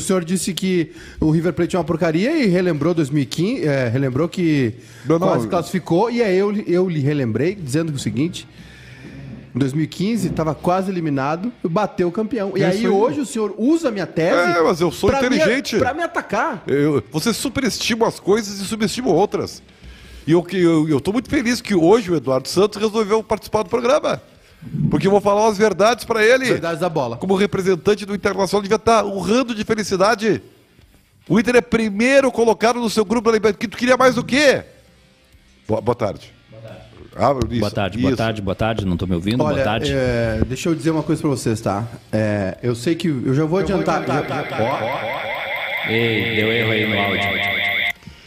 senhor disse que o River Plate é uma porcaria e relembrou 2015, é, relembrou que Não, não. quase classificou. E aí eu, eu lhe relembrei dizendo o seguinte. Em 2015, estava quase eliminado, bateu o campeão. E Isso aí, aí. hoje o senhor usa a minha tese. É, mas eu sou pra me- inteligente. Pra me atacar. Eu- você superestima as coisas e subestima outras. E eu, que- eu, eu tô muito feliz que hoje o Eduardo Santos resolveu participar do programa. Porque eu vou falar as verdades para ele. Verdades da bola. Como representante do Internacional, devia estar urrando de felicidade. O Inter é primeiro colocado no seu grupo da Libertadores. Tu queria mais o quê? Boa, boa tarde. Ah, isso, Boa tarde, boa isso. tarde, boa tarde. Não tô me ouvindo? Olha, boa tarde. é, deixa eu dizer uma coisa pra vocês, tá? É, eu sei que. Eu já vou adiantar. tá, já- é, Ei, deu erro aí no áudio.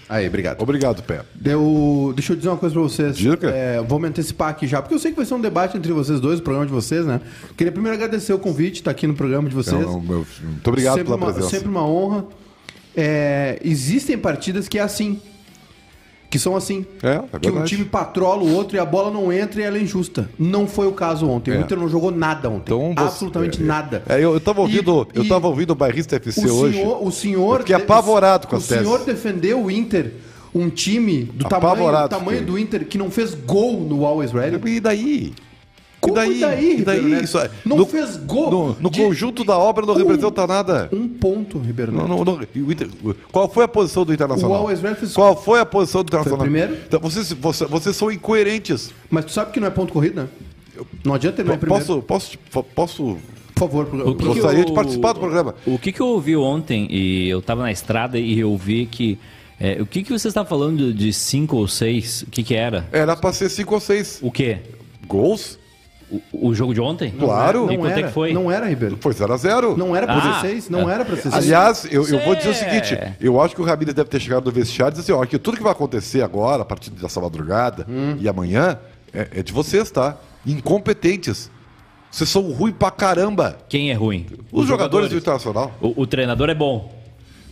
Aí, obrigado. Obrigado, Pé. Eu- deixa eu dizer uma coisa pra vocês. Diga. É, vou me antecipar aqui já, porque eu sei que vai ser um debate entre vocês dois, o programa de vocês, né? Queria primeiro agradecer o convite, estar aqui no programa de vocês. Eu- eu- eu- muito Então, obrigado sempre pela uma, presença. Sempre uma honra. É, existem partidas que é assim. Que são assim. É, é que um verdade. time patrola o outro e a bola não entra e ela é injusta. Não foi o caso ontem. É. O Inter não jogou nada ontem. Então, você- Absolutamente é, é. nada. É, eu, eu tava ouvindo, E- eu e- tava ouvindo o Bairrista FC o hoje. senhor, o senhor Eu fiquei de- apavorado com o as teses. senhor defendeu o Inter, um time do tamanho, do, Apavorado tamanho fiquei. do Inter que não fez gol no Always Ready. E daí? Como e daí? daí, E daí? Ribeiro Neto? Isso é- Não no- fez gol No, no de- conjunto da obra não um- representa nada. Um ponto, Ribeiro. Não, Neto. não, não. E o Inter- Qual foi a posição do Internacional? O Always Red fez- Qual foi a posição do Internacional? primeiro? Então, vocês, vocês, vocês são incoerentes. Mas tu sabe que não é ponto corrido, né? Não adianta terminar em primeiro. Posso, posso, posso. Por favor, pro- que Gostaria eu- de participar do programa. O que, que eu ouvi ontem, e eu tava na estrada e eu vi que. é, o que, que você estava falando de 5 ou 6? O que, que era? Era pra ser 5 ou 6. O quê? Gols? O, o jogo de ontem? Claro. não E quanto é era, que foi? Não era, Ribeiro. Foi 0 a 0 Não era pra Ah. 16, não era pra 16. É. Aliás, eu, eu vou dizer É. o Cê- seguinte: eu acho que o Ramires deve ter chegado no vestiário e disse assim: ó, que tudo que vai acontecer agora, a partir dessa madrugada Hum. e amanhã, é, é de vocês, tá? Incompetentes. Vocês são ruim pra caramba. Quem é ruim? Os, jogadores, do Internacional. O, o treinador é bom.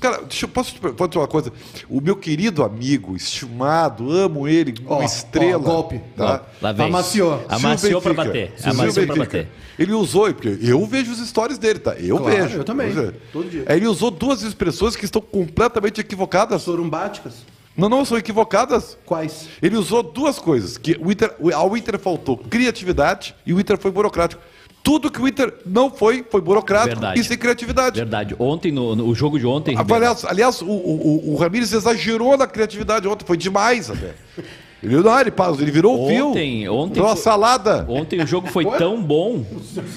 Cara, deixa eu, posso te posso te falar uma coisa? O meu querido amigo, estimado, amo ele, Ó, uma ó, estrela. golpe. Tá? Lá vem. Amaciou. Se o Amaciou pra Benfica- bater. se o Amaciou pra Benfica- bater. Ele usou, porque eu vejo os stories dele, tá? Eu Claro, vejo. eu também. vejo. Todo dia. Aí Ele usou duas expressões que estão completamente equivocadas. Foram báticas? Não, não, são equivocadas. Quais? Ele usou duas coisas, que o Inter, o- ao Inter faltou criatividade e o Inter foi burocrático. Tudo que o Inter não foi, foi burocrático Verdade. e sem criatividade. Verdade. Ontem, no, no- o jogo de ontem. Ah, Ribeiro, Aliás, aliás o, o, o- o Ramires exagerou na criatividade ontem, foi demais até. Ele, não, ele, pa- ele virou o fio. Ontem, ontem Virou uma foi- salada. Ontem o jogo foi tão bom.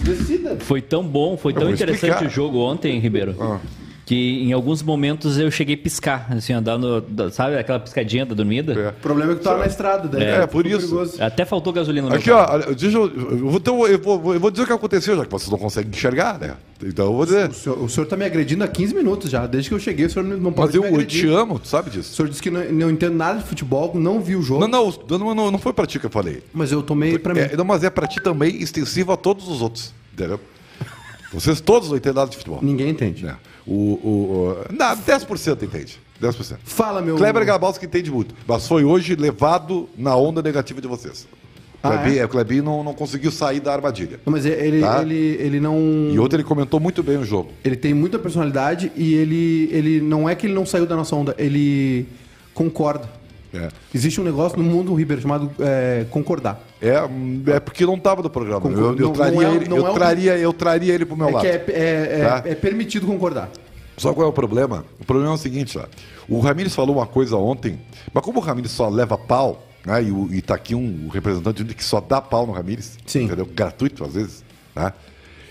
Decida. Foi tão bom, foi tão vou interessante explicar. Ah. o jogo ontem, Ribeiro. Que em alguns momentos eu cheguei a piscar, assim, andando, da- sabe aquela piscadinha da dormida? O problema é que tu tá na estrada, daí É, fica por isso. perigoso. Até faltou gasolina no Aqui, meu ó, carro. olha, deixa eu, eu, vou, então, eu, vou, eu vou dizer o que aconteceu, já que vocês não conseguem enxergar, né? Então eu vou dizer. O senhor, o senhor tá me agredindo há 15 minutos já. Desde que eu cheguei, o senhor não não pode Mas eu, me eu agredir. te amo, tu sabe O disso? senhor disse que não, não entendo nada de futebol, não vi o jogo, Não, não, não, não, não foi pra ti que eu falei. mas eu tomei pra mim. É, não, mas é pra ti também, extensivo a todos os outros. Entendeu? Vocês todos não entendem nada de futebol. Ninguém entende. É. O, o, o, não, 10% entende. 10%. Fala, meu... Kleber Gabalski entende muito, mas foi hoje levado na onda negativa de vocês. O Ah, Klebin, é, o Klebin não, não conseguiu sair da armadilha. Não, mas é, ele, Tá. ele, ele não... E ontem ele comentou muito bem o jogo. Ele tem muita personalidade e ele, ele... Não é que ele não saiu da nossa onda, ele concorda. É, Existe um negócio no mundo, Ribeiro, chamado é, concordar. é, hum, é porque não estava no programa. Concordo. Eu, Não- eu não traria é um- ele, não eu, é um- traria, eu traria ele pro meu É lado. que é, é- é- Tá. é permitido concordar. Só qual é o problema? O problema é o seguinte, ó. o Ramires falou uma coisa ontem, mas como o Ramires só leva pau, né, e, o, e tá aqui um representante que só dá pau no Ramires, Sim. entendeu? gratuito às vezes, né?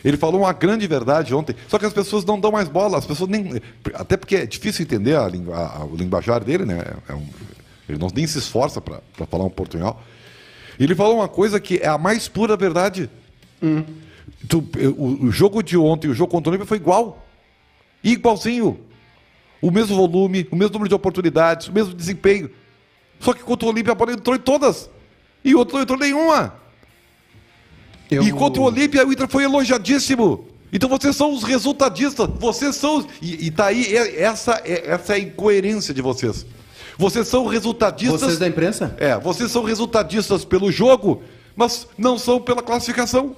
ele falou uma grande verdade ontem, só que as pessoas não dão mais bola, as pessoas nem... Até porque é difícil entender a, lingu- a- a- o linguajar dele, né? É um- ele não, nem se esforça para falar um portunhol. Ele falou uma coisa que é a mais pura verdade. Tu- o, o jogo de ontem e o jogo contra o Olímpia foi igual. Igualzinho. O mesmo volume, o mesmo número de oportunidades, o mesmo desempenho. Só que contra o Olímpia a bola entrou em todas. E o outro não entrou em nenhuma. Eu- E contra o Olímpia o Inter foi elogiadíssimo. Então vocês são os resultadistas. Vocês são os... E, e tá aí, é- essa é, essa é a incoerência de vocês. Vocês são resultadistas... Vocês da imprensa? É, vocês são resultadistas pelo jogo, mas não são pela classificação.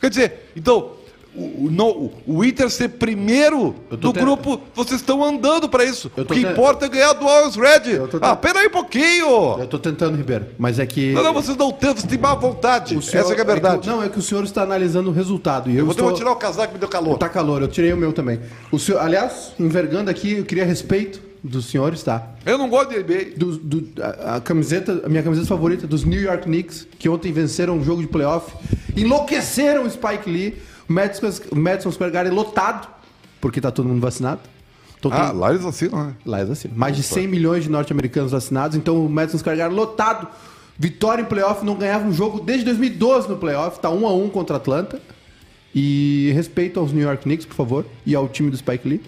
Quer dizer, então, o, o- não, o- o Inter ser primeiro Eu tô do te- grupo, vocês estão andando pra isso. Eu O tô que te- importa é ganhar do Always Red. Eu tô te- Ah, pera aí um pouquinho. Eu tô tentando, Ribeiro, mas é que. Não, não, vocês não têm, vocês têm má vontade. o senhor- Essa que é a verdade. que o- não, é que o senhor está analisando o resultado. E eu, eu vou, estou... vou tirar o casaco que me deu calor. Tá calor, eu tirei o meu também. O senhor, aliás, envergando aqui, eu queria respeito dos senhores, tá? Eu não gosto de NBA. Do, do- a, a camiseta, a minha camiseta favorita dos New York Knicks, que ontem venceram um jogo de playoff, enlouqueceram o Spike Lee, o Madison, o Madison Square Garden lotado, porque tá todo mundo vacinado. Então tem- Ah, lá eles assinam, né? Lá é vacina. Mais de 100 milhões de norte-americanos vacinados, então o Madison Square Garden lotado. Vitória em playoff, não ganhava um jogo desde 2012 no playoff, tá 1 a 1 contra a Atlanta. E respeito aos New York Knicks, por favor, e ao time do Spike Lee.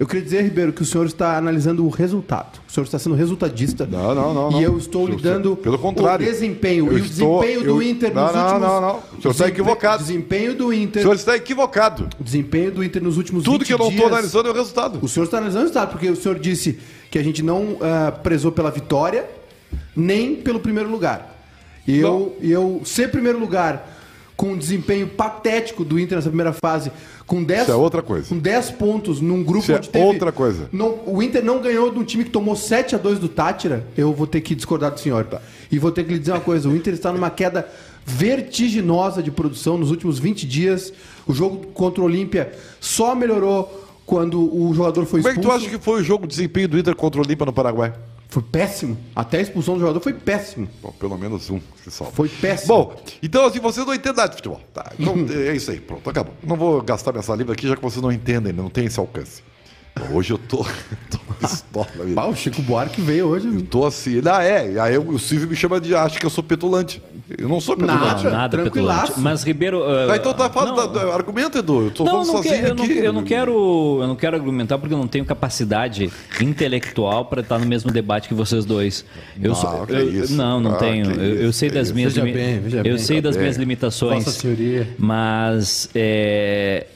Eu queria dizer, Ribeiro, que o senhor está analisando o resultado. O senhor está sendo resultadista. Não, não, não, E não. eu estou Senhor, lidando senhor, pelo contrário. o desempenho. Eu e o estou- desempenho do eu- Inter Não, nos não, últimos... não, não. O senhor está Desempenho- equivocado. Desempenho do O Inter... senhor está equivocado. O desempenho do Inter nos últimos Tudo 20 que eu não estou dias- analisando é o resultado. o senhor está analisando o resultado, porque o senhor disse que a gente não ah, prezou pela vitória, nem pelo primeiro lugar. E eu, e eu ser primeiro lugar com um desempenho patético do Inter nessa primeira fase, com 10, Isso é outra coisa. Com 10 pontos num grupo Isso é outra coisa. não- o Inter não ganhou de um time que tomou 7 a 2 do Tátira, eu vou ter que discordar do senhor. E vou ter que lhe dizer uma coisa: o Inter está numa queda vertiginosa de produção nos últimos 20 dias. O jogo contra o Olímpia só melhorou quando o jogador foi Como é expulso. que tu acha que foi o jogo de desempenho do Inter contra o Olímpia no Paraguai? Foi péssimo. Até a expulsão do jogador foi péssimo. Bom, pelo menos um se salva. Foi péssimo. Bom, então assim, vocês não entendem nada de futebol. Tá, então é isso aí, pronto, acabou. Não vou gastar minha saliva aqui, já que vocês não entendem, né? não tem esse alcance. Bom, Hoje eu tô, tô pistola, meu. Bah, o Chico Buarque veio hoje. Tô assim, ah é, aí o Silvio me chama de, "Ah, acha que eu sou petulante. Eu não sou petulante. Nada. Nada, tranquilaço. petulante. Mas Ribeiro. ah, Tá, então tá, fala, não, tá, tá, argumenta, Edu, eu tô Não, eu falando não, sozinho quero, eu, não, aqui. né? eu não quero, eu não quero argumentar porque eu não tenho capacidade intelectual para estar no mesmo debate que vocês dois. Eu Ah, sou- que eu- isso. Não, não Ah, tenho. que Eu, eu isso, sei que das isso. minhas, Veja limi- bem, veja eu bem, sei tá das bem. minhas limitações. Faça senhoria. Mas é,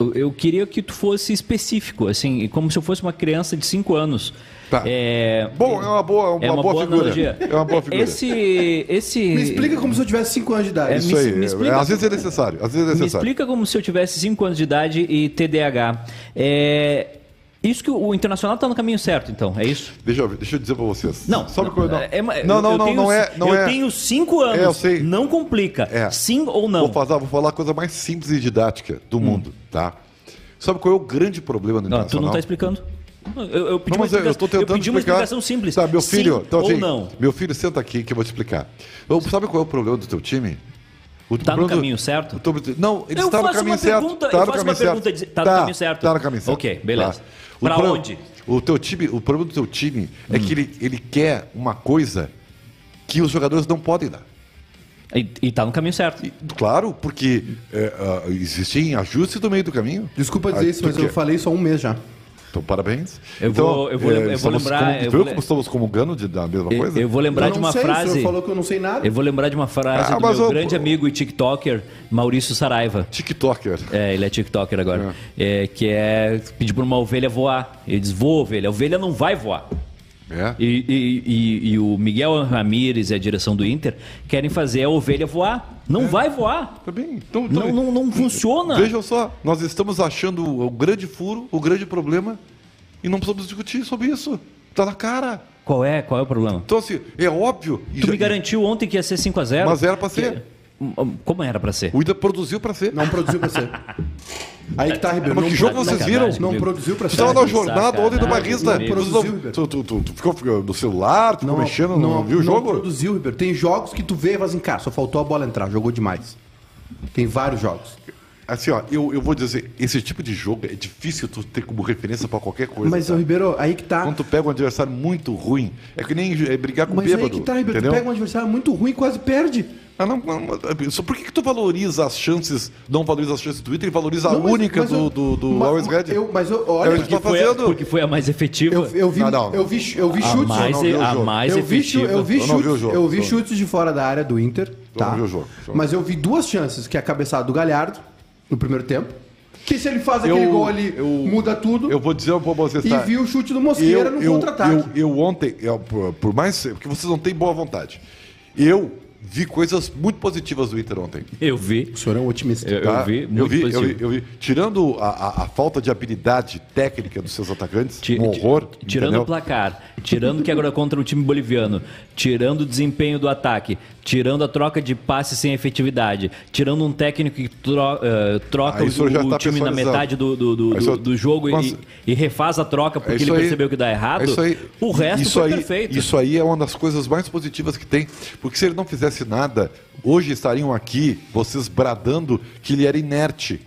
eu- eu queria que tu fosse específico, assim, como se eu fosse uma criança de 5 anos. Tá. É, Bom, é uma boa, uma é boa, figura. analogia. É uma boa figura. Esse, esse. Me explica como se eu tivesse 5 anos de idade. É, Isso me- aí, me explica- às vezes é necessário, às vezes é Me necessário. explica como se eu tivesse 5 anos de idade e TDAH. É... Isso que o Internacional está no caminho certo, então, é isso? Deixa eu, deixa eu dizer pra vocês. Não. Só uma coisa, não. É, é, não, eu- não, eu não, tenho- não é. Não eu é. tenho 5 anos. eu sei. Não complica. É. Sim ou não? Vou, Hum. fazer, vou falar a coisa mais simples e didática do mundo, tá? Sabe qual é o grande problema do Não, tu não Internacional? está explicando. Eu, eu pedi Não, uma mas eu, eu explicação, tô tentando pedi uma explicar. explicação simples. Tá, meu Sim filho, então, ou assim, não? Meu filho, senta aqui que eu vou te explicar. Eu- sabe qual é o problema do teu time? O Tá no problema do- caminho certo? o teu- não, ele Eu está no faço caminho uma certo. pergunta- tá eu no faço caminho uma pergunta certo. de- tá no caminho certo? Tá no caminho certo. Ok, beleza. O Pra pro- onde? Hum. O teu time, o problema do teu time é que ele, ele quer uma coisa que os jogadores não podem dar. E, e tá no caminho certo. E, Claro, porque é, ah, existem ajustes no meio do caminho. Desculpa dizer Ah, isso, mas porque- eu falei isso há um mês já. Então, parabéns. Eu então, vou- eu vou lem- eu vou estamos lembrar- comu- eu viu vou como le- estamos comungando de, da mesma coisa? Eu vou lembrar Eu de não uma sei, O frase. senhor falou que eu não sei nada. Eu vou lembrar de uma frase Ah, do mas meu eu- grande amigo e TikToker, Maurício Saraiva. TikToker. É, ele é TikToker agora. É, que é pedir pra uma ovelha voar. Ele diz: voa, ovelha. A ovelha não vai voar. É. E, e- e- e o Miguel Ramírez e a direção do Inter querem fazer a ovelha voar. Não vai voar. Tá bem. Então, então- Não, não, não funciona. Vejam só, nós estamos achando o, o grande furo, o grande problema, e não precisamos discutir sobre isso. Tá na cara. Qual é, qual é o problema? Então, assim, é óbvio. e Tu já- me garantiu ontem que ia ser 5x0. Mas era pra ser. é- Como era pra ser? O Ida produziu pra ser. Não produziu pra ser. Aí que tá, Ribeiro. Mas que não jogo produ- vocês não- viram? Não produziu pra Tu ser. estava na que jornada ontem do tá sacanagem, Barrista. não Tu, produziu, tu, tu, tu, tu ficou ficou no celular, tu ficou mexendo, não, viu o jogo? Não produziu, Ribeiro. Tem jogos que tu vê e fala assim, cara, só faltou a bola entrar, jogou demais. Tem vários jogos. Assim, ó, eu, eu vou dizer, esse tipo de jogo é difícil tu ter como referência pra qualquer coisa. Mas, ô, sabe? Ribeiro, aí que tá. Quando tu pega um adversário muito ruim, é que nem é, brigar com Mas bêbado. aí que tá, Ribeiro. entendeu? Tu pega um adversário muito ruim e quase perde. Ah, não, não, mas, só por que, que tu valoriza as chances, não valoriza as chances do Twitter e valoriza Não, a mas- única mas do, eu- do, do ma- Always Red? eu- Mas eu, olha, É o que Porque tá foi, a, fazendo? porque foi a mais efetiva. eu, eu vi, Não, Ah, não. eu vi, eu vi a chutes. mais, não vi o a jogo. mais eu vi, chu- efetiva. eu vi Eu não vi o chutes, jogo, eu vi jogo. chutes de fora da área do Inter, tá? não vi o jogo, jogo. Mas eu vi duas chances, que é a cabeçada do Galhardo no primeiro tempo, que se ele faz aquele Eu- gol ali, eu- muda tudo. Eu vou dizer pra vocês, e tá? vi o chute do Mosqueira no eu, contra-ataque. eu- eu ontem, eu, por, por mais. Porque vocês não têm boa vontade. Eu vi coisas muito positivas do Inter ontem. Eu vi. O senhor é um otimista. Eu, eu tá? vi, muito eu vi, eu positivo. vi, eu vi. Tirando a, a- a falta de habilidade técnica dos seus atacantes, Ti- um ti- horror. Tirando entendeu? o placar, tirando que agora é contra o time boliviano, tirando o desempenho do ataque, tirando a troca de passes sem efetividade, tirando um técnico que tro- eh, troca Aí o, o senhor já o tá time na pessoalizando. metade do, do, do, Aí o senhor- do- do jogo Nossa. e, e refaz a troca porque ele É isso aí. percebeu que dá errado, É isso aí. o resto Isso foi aí- perfeito. Isso aí é uma das coisas mais positivas que tem. Porque se ele não fizesse nada, hoje estariam aqui vocês bradando que ele era inerte,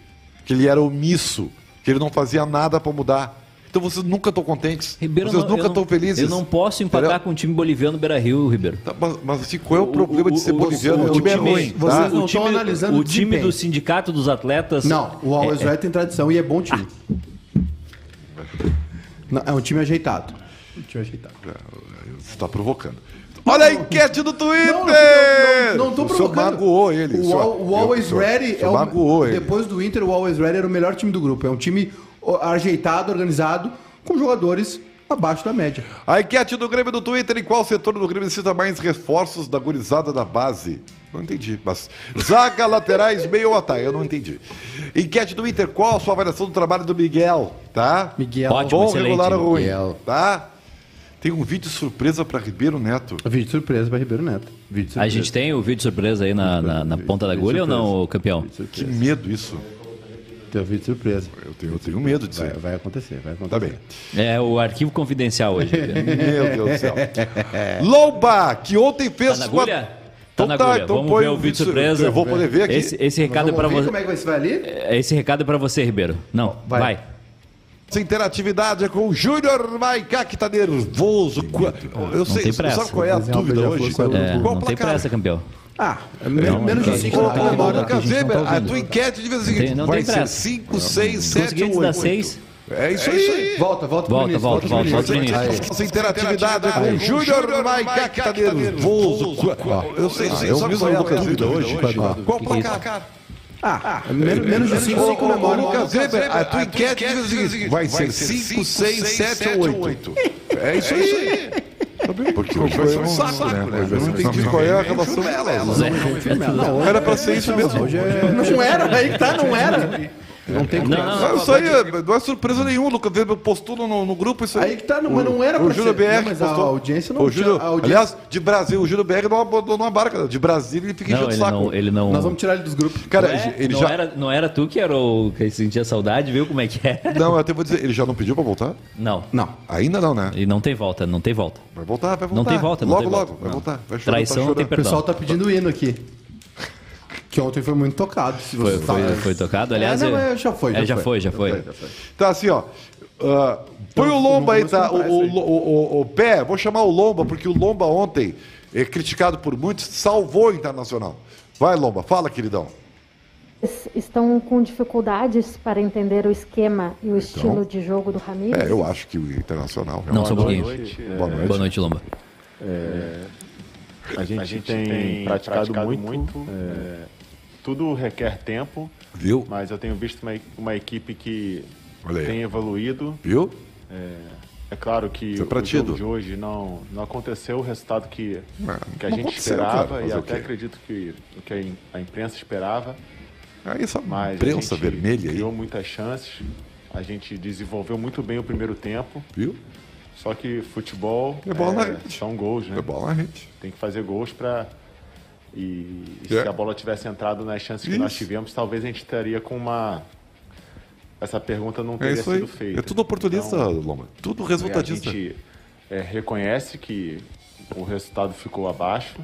que ele era omisso, que ele não fazia nada para mudar. Então vocês nunca estão contentes. Ribeiro, vocês não- nunca eu não- estão felizes. Eu não posso empatar Entendeu? com o time boliviano Beira-Rio, Ribeiro. Tá, Mas, mas assim, qual é o, O- problema o- de ser o- boliviano? o- O, time é time- ruim. vocês tá? não o estão time, analisando o o time desempenho. do sindicato dos atletas. é, Não, o Always Red tem tradição e é bom time. Não, é um time ajeitado. Um time ajeitado. Você está Tá provocando. Olha a enquete do Twitter! Não, não, não, não tô o senhor provocando. magoou ele. O, senhor- Al- o Always senhor- Ready senhor é o. magoou ele. Depois do Inter, o Always Ready era o melhor time do grupo. É um time ó, ajeitado, organizado, com jogadores abaixo da média. A enquete do Grêmio no Twitter, em qual setor do Grêmio necessita mais reforços da gurizada da base? Não entendi, mas... Zaga, laterais, meio ou ataque? Eu não entendi. Enquete do Inter, qual a sua avaliação do trabalho do Miguel? Tá? Miguel. Ótimo, Bom, excelente, regular ou ruim? Miguel. Tá? Tem um vídeo surpresa para Ribeiro Neto. Vídeo de surpresa para Ribeiro Neto. Vídeo de surpresa. A gente tem o vídeo surpresa aí na, na- na ponta da agulha ou não, campeão? Vídeo de Que surpresa. medo isso. Tem um vídeo de surpresa. Eu tenho, eu tenho medo disso Vai, aí. vai acontecer, vai acontecer. Tá bem. É o arquivo confidencial hoje. Tá Meu Deus do céu. Lomba, que ontem Tá fez... na sua- agulha? Tá Então na tá, agulha. então Vamos põe ver o um vídeo vídeo surpresa. eu vou poder ver aqui. Esse, esse Nós recado é vamos para ver você. Como é que vai se vai ali? Esse recado é para você, Ribeiro. Não, vai. Vai. Essa interatividade é com o Júnior Maicá, que tá nervoso. Qua- Eu sei, tem pressa, pressa. sabe qual é a Desenhar um dúvida beija-flor hoje? com a luz É, qual não tem pressa, campeão. Ah, é me- menos de não, 5 Ô, da não, tarde. não, Leonardo não, agora. Caseber, não tá a ouvindo. tua enquete devia ser Tem- não vai tem ser pressa. 5, 6, 7, Consegui antes 8. das seis. É isso aí. Volta, volta pro Volta, início, volta, pro volta, início. volta pro início. Essa Essa interatividade é com o Júnior Maicá, que tá nervoso. Qua- Eu Ah, sei, sei, sabe qual é a dúvida hoje? Qual o placar? Ah, é men- menos de 5 5 Ô, ô, ô, memória. Lucas Weber, a tua enquete diz o seguinte, vai ser 5, 6, 7 ou 8. É isso aí. Porque hoje vai ser um saco, né? Eu não entendi qual é a relação delas. Zé. Não, Era pra ser isso mesmo. hoje é- não era, aí que tá, não era. Não tem Não, não, Não, não. isso aí é- não é surpresa nenhuma, Lucas Weber postou no, no grupo isso aí. Aí que tá, não, mas não era O pra Júlio ser. BR Não, mas a postou. audiência não o Júlio, tinha- a audiência- Aliás, de Brasil, o Júlio BR não abandona uma barca. né? De Brasília ele fica Não, enchendo o ele saco. não, ele não. Nós vamos tirar ele dos grupos. Cara, Ué, ele não já. era, não era tu que era o que sentia saudade, viu como é que é? Não, eu até vou dizer, ele já não pediu pra voltar? Não. Não. Ainda não, né? E não tem volta, não tem volta. Vai voltar, vai voltar. Não tem volta, não Logo, tem logo, volta. vai Não. voltar. Vai chorar, Traição tá não tem O chorando. pessoal tá pedindo hino aqui. Que ontem foi muito tocado. Se você Foi, foi- tá- foi tocado, aliás. É, não, é- mas já foi, é, já já foi, foi. já foi. Tá assim, ó. Ah, põe o Lomba aí, tá? O, o, o, o- o Pé, vou chamar o Lomba, porque o Lomba ontem, é criticado por muitos, salvou o Internacional. Vai, Lomba, fala, queridão. Eles estão com dificuldades para entender o esquema e o estilo de jogo do Ramires? Então, É, eu acho que o Internacional. Não, realmente- só um pouquinho. Boa noite. Boa noite, Lomba. A gente, tem, praticado, muito. é, tudo requer tempo, Viu? mas eu tenho visto uma, uma equipe que Olha aí. tem evoluído. Viu? É claro que Foi pra o ti, Edu. jogo de hoje não, não aconteceu o resultado que, É, que a não gente aconteceu, esperava cara, e fazer o até quê? acredito que o que a im- a imprensa esperava. Aí essa Mas prensa a gente vermelha criou aí, muitas chances. A gente desenvolveu muito bem o primeiro tempo. viu? Só que futebol É bola na é, rede. são gols, né? É bola na rede. Tem que fazer gols para. E, e É. se a bola tivesse entrado nas chances que nós Isso. tivemos, talvez a gente estaria com uma. Essa pergunta não É teria isso sido aí. feita. É tudo oportunista, Então, Lomba. Tudo a resultadista. gente é, reconhece que o resultado ficou abaixo.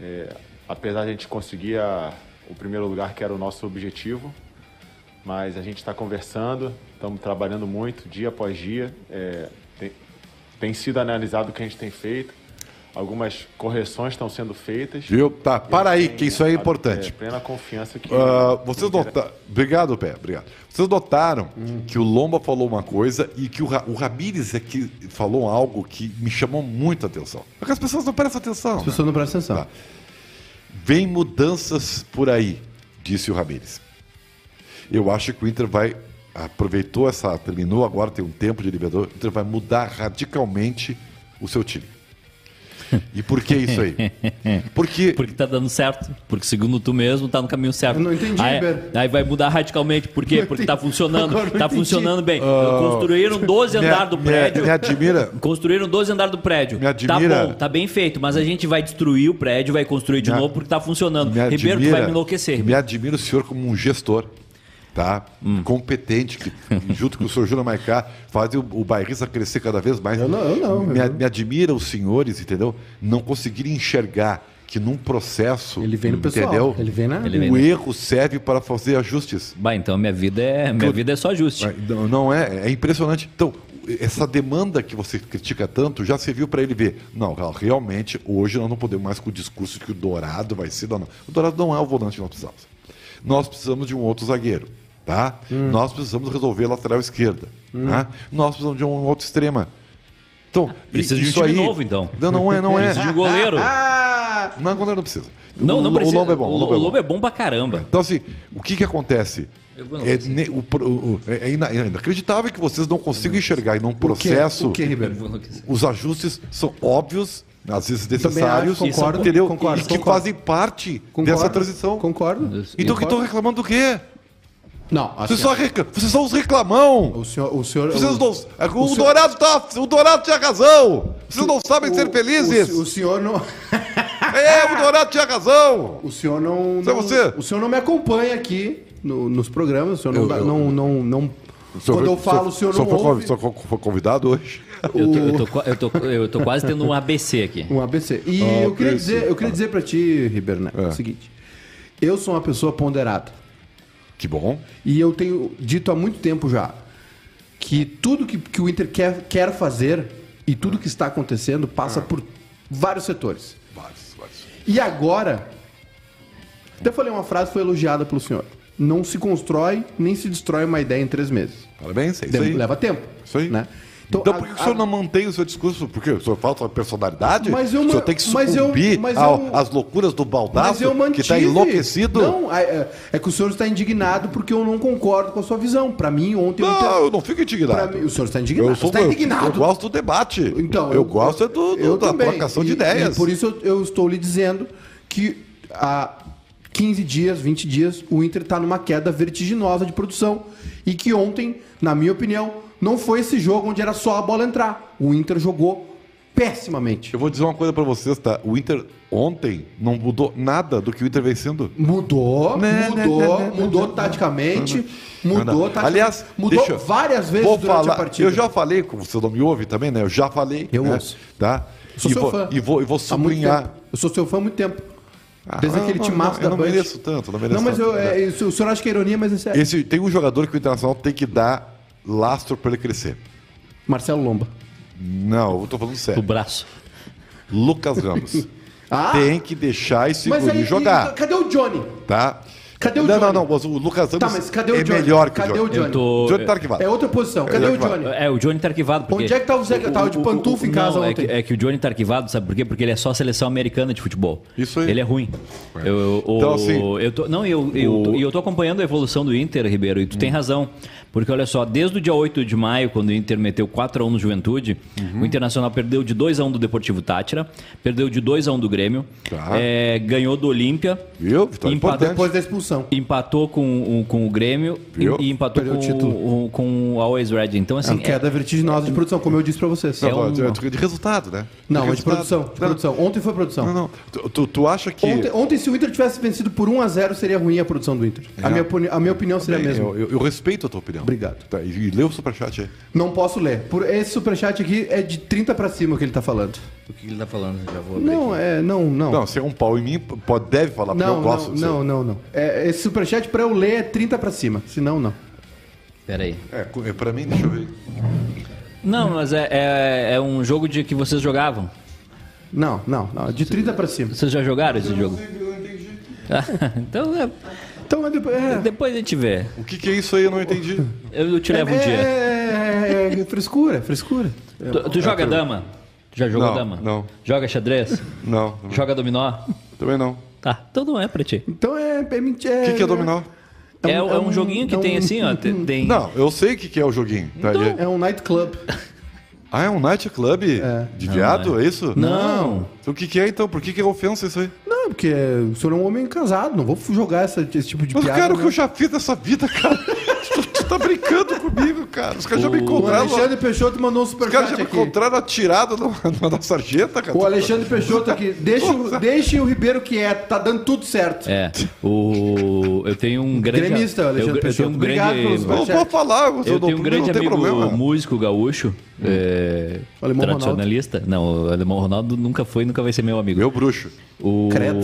É, apesar de a gente conseguir a- o primeiro lugar, que era o nosso objetivo. Mas a gente está conversando, estamos trabalhando muito, dia após dia. É, tem, tem sido analisado o que a gente tem feito. Algumas correções estão sendo feitas. Viu? Tá, para aí, Eu que tenho, isso aí é a- importante. plena confiança que. Ah, vocês que- notaram. Obrigado, Pé, obrigado. Vocês notaram que o Lomba falou uma coisa e que o, Ra... o Ramires é que falou algo que me chamou muito a atenção. Porque as pessoas não prestam atenção. As né? pessoas não prestam atenção. Vem mudanças por aí, disse o Ramires. Eu acho que o Inter vai. Aproveitou essa. Terminou agora, tem um tempo de Libertadores. O Inter vai mudar radicalmente o seu time. E por que isso aí? Porque, Porque tá dando certo. Porque segundo tu mesmo, tá no caminho certo. Eu não entendi, aí, Ber. aí vai mudar radicalmente. Por quê? Não Porque entendi. tá funcionando. Agora eu Tá entendi. funcionando bem. Então, Construíram 12 Ah, me, andares do me- prédio. me admira, Construíram 12 andares do prédio. Me admira. Tá bom, tá bem feito, mas a gente vai destruir o prédio, vai construir de Me a- novo porque tá funcionando. me admira, Ribeiro, tu vai me enlouquecer. Me Ribeiro. Hum. admira o senhor como um gestor, tá? Competente, que junto com o senhor Júlio Maicá faz o, o bairrista crescer cada vez mais. Eu não- eu não, eu Me, a- não. me admira os senhores, entendeu? Não conseguirem enxergar que num processo, Ele vem no pessoal, entendeu? ele vem na- Ele vem o na- erro serve para fazer ajustes. Bah, então minha vida é, minha vida é só ajuste. Não, não é, é impressionante. Então, essa demanda que você critica tanto já serviu para ele ver. Não, realmente, hoje nós não podemos mais com o discurso que o Dourado vai ser. Não, não. O Dourado não é o volante que nós precisamos. Nós precisamos de um outro zagueiro. Tá? Hum. Nós precisamos resolver a lateral esquerda. Tá? Nós precisamos de um outro extrema. Então, Precisa de um isso time aí. novo, então. Não, não é, não é. Precisa de um goleiro. Ah! Não, agora não precisa. Não, não O- precisa. O Lobo é bom. O Lo- o Lobo é bom pra caramba. Então, assim, o que que acontece? Eu não É, consigo. ne- o pro- o- é- é ina- é inacreditável que vocês não consigam enxergar e num processo. O que, é Ribeiro? Os ajustes são óbvios, às vezes acho, necessários, concordo, entendeu? concordo, e que concordo. fazem parte Concordo, dessa transição. Concordo. Então, que Concordo. estão reclamando do quê? Não, assim, Vocês, só recla- vocês são os reclamão. o senhor. O senhor Vocês não... O, senhor- Dourado tá... o Dourado tinha razão. Vocês não sabem o- ser felizes. O, o senhor não. É, o Dourado tinha razão. O senhor não. Isso é não- você. O senhor não me acompanha aqui no- nos programas, o senhor não. Eu- dá- eu- não, não, não- quando eu falo, o senhor não. ouve foi convidado hoje. Eu tô, eu tô qua- eu tô- eu tô quase tendo um ABC aqui. Um ABC. E eu queria dizer, eu queria dizer pra ti, Ribeiro, Neto, o seguinte. Eu sou uma pessoa ponderada. Que bom. E eu tenho dito há muito tempo já que tudo que, que o Inter quer, quer fazer e tudo que está acontecendo passa por vários setores. Ah. Vários, vários. E agora, até falei uma frase que foi elogiada pelo senhor. Não se constrói nem se destrói uma ideia em três meses. Parabéns, é isso Dem- aí. Leva tempo. Isso aí. Né? Então, a- por que o senhor a- não mantém o seu discurso? Porque o senhor falta personalidade? Mas eu o senhor ma- tem que mas eu- sucumbir mas eu- ao- às loucuras do baldaço que está enlouquecido? Não, Não, é, é que o senhor está indignado porque eu não concordo com a sua visão. Pra mim, ontem... o Inter- eu não fico indignado. Pra mim, o senhor está indignado. Eu sou, Você está eu- indignado. Eu, gosto do debate. Então, eu, gosto é do, do- eu da também. trocação de E- ideias. e por isso eu, eu estou lhe dizendo que há 15 dias, 20 dias, o Inter está numa queda vertiginosa de produção. E que ontem, na minha opinião, não foi esse jogo onde era só a bola entrar. O Inter jogou pessimamente. Eu vou dizer uma coisa pra vocês, tá? O Inter ontem não mudou nada do que o Inter vem sendo. Mudou, Né, né, mudou, né, né, mudou né, taticamente, Não, não. mudou taticamente. Aliás, mudou deixa eu- várias vezes vou durante falar, a partida. Eu já falei, como você não me ouve também, né? Eu já falei. Eu né? ouço. Tá? Sou e seu vou, fã. E vou, e vou Há muito sublinhar. tempo. Eu sou seu fã há muito tempo. Desde Ah, aquele não, timaço não, da Eu não Band. mereço tanto, não mereço Não, mas tanto. eu, é, isso, o senhor acha que é ironia, mas é sério. Esse, tem um jogador que o Internacional tem que dar lastro pra ele crescer. Marcelo Lomba. Não, eu tô falando O sério. braço. Lucas Ramos. Ah, Tem que deixar esse guri e- jogar, cadê o Johnny? tá? Cadê o não, Johnny? Não, não, mas o Lucas Ramos Tá, mas cadê o é Johnny? melhor que Cadê o o Johnny. Johnny? Eu tô. Johnny tá arquivado. É outra posição. Cadê Eu o já- Johnny? É, o Johnny tá arquivado. Porque... Onde é que tá o Zé que tava de o- o- pantufa em casa não, é ontem? que, é que o Johnny tá arquivado, sabe por quê? Porque ele é só a seleção americana de futebol. Isso aí. Ele é ruim. Eu, eu- o- Então, assim, eu tô, não, eu, eu, o- tô- e eu tô acompanhando a evolução do Inter, Ribeiro, e tu Uhum. tem razão. Porque olha só, desde o dia 8 de maio, quando o Inter meteu 4x1 no Juventude, Uhum. o Internacional perdeu de 2x1 do Deportivo Tátira, perdeu de 2x1 do Grêmio, Tá. é, ganhou do Olímpia. Viu? Vitória Empatou importante. Depois da expulsão. Empatou com, o- com o Grêmio e, Viu? e empatou Perdeu o com título. o, com o Always Red. Então, É uma assim, é- queda vertiginosa de produção, como eu disse pra vocês. Não, Não, não, é de resultado, né? mas é de resultado. produção. De Não, produção. Ontem foi produção. Não, não. Tu, tu- tu acha que. Ontem, ontem, se o Inter tivesse vencido por 1x0, seria ruim a produção do Inter. A, É. minha, opini- a minha opinião seria a Bem, mesma. eu, eu- eu respeito a tua opinião. Obrigado. Tá, e, e lê o superchat aí. Não posso ler. Por esse superchat aqui é de 30 pra cima que ele tá falando. O que ele tá falando? Já vou abrir Não, aqui. é. Não, não. Não, se é um pau em mim, pode, deve falar, porque eu Não, gosto não, disso. não, não, não. É, esse superchat pra eu ler é 30 pra cima. Senão, não. Pera aí. É, co- é, pra mim, deixa eu ver. Não, mas é, é, é um jogo de que vocês jogavam. Não, não, não. De 30 pra cima. Vocês já jogaram esse jogo? então é, Então é depois. É, depois a gente vê. O que, que é isso aí? Eu não entendi. Eu, eu te levo um é, dia. é, é, é frescura, frescura. Tu, tu joga dama? Tu já jogou Não, dama? não. Joga xadrez? Não, também- joga dominó? também não. O Tá, então não é pra ti. Então é. é mentira. que, que é dominó? Então, É, um, é um joguinho que é um- tem assim, ó. Tem, tem- Não, eu sei o que, que é o joguinho. tá? Então- Ele- É um nightclub. Ah, é um nightclub de viado, é isso? Não. Então, o que, que é então? Por que, que é ofensa isso aí? Não, porque o senhor é um homem casado, não vou jogar essa- esse tipo de Mas, piada. cara, o que né? eu já fiz nessa vida, cara? tu, tu tá brincando comigo, cara. Os caras já me O encontraram. Alexandre Peixoto mandou um Os caras já superchat me aqui. encontraram atirado na, na, na sarjeta, cara. O Alexandre Peixoto aqui, deixa, o- deixa o Ribeiro quieto, tá dando tudo certo. É, o eu tenho um grande Gremista, eu, Alexandre eu tenho Peixoto. um Obrigado grande pelos Não Chefe. vou falar, eu, eu não, tenho um grande não tem amigo problema. Hum. músico gaúcho, é, O Alemão tradicionalista. Não, o Alemão Ronaldo nunca foi, nunca vai ser meu amigo. Meu bruxo. O hum, Credo.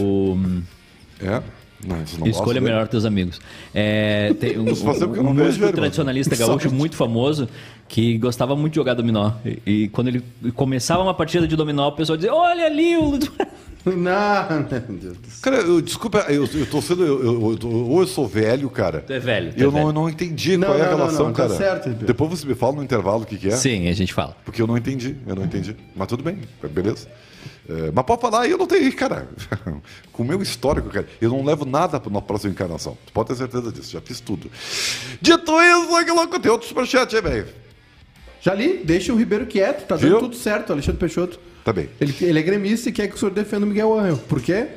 É. Não, isso não Escolha gosto dele. melhor teus amigos. É, tem um, Isso faz tempo que eu um não vejo músico ele, mano. tradicionalista gaúcho muito famoso que gostava muito de jogar dominó. E, e quando ele começava uma partida de dominó, o pessoal dizia: Olha ali o. Não, meu Deus do céu. Cara, eu, desculpa, eu, eu tô sendo. Eu, eu- eu tô- ou eu sou velho, cara. Tu é velho, tu é eu não, velho. eu não entendi Não, qual é a não, não, relação, não, tá cara. certo, Ribeiro. Depois você me fala no intervalo o que, que é. Sim, a gente fala. Porque eu não entendi, eu não entendi. Mas tudo bem, beleza. É, mas pode falar, eu não tenho, cara. Com o meu histórico, cara, eu não levo nada na próxima encarnação. Tu pode ter certeza disso, já fiz tudo. Dito isso, é que louco, tem outro superchat aí, velho. Já li, deixa o Ribeiro quieto, tá dando Viu? tudo certo, Alexandre Peixoto. Tá bem. Ele, ele é gremista e quer que o senhor defenda o Miguel Angel. Por quê?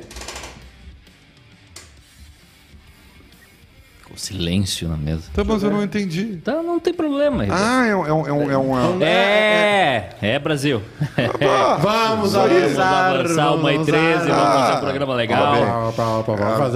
O silêncio na mesa. Tá, mas eu não entendi. Então não tem problema. Ribeiro. Ah, é um. É um, é um, é um- é, é, Brasil. Ah, Vamos Vamos avançar uma e 13, vamos usar. fazer um programa legal. Parabéns. Vamos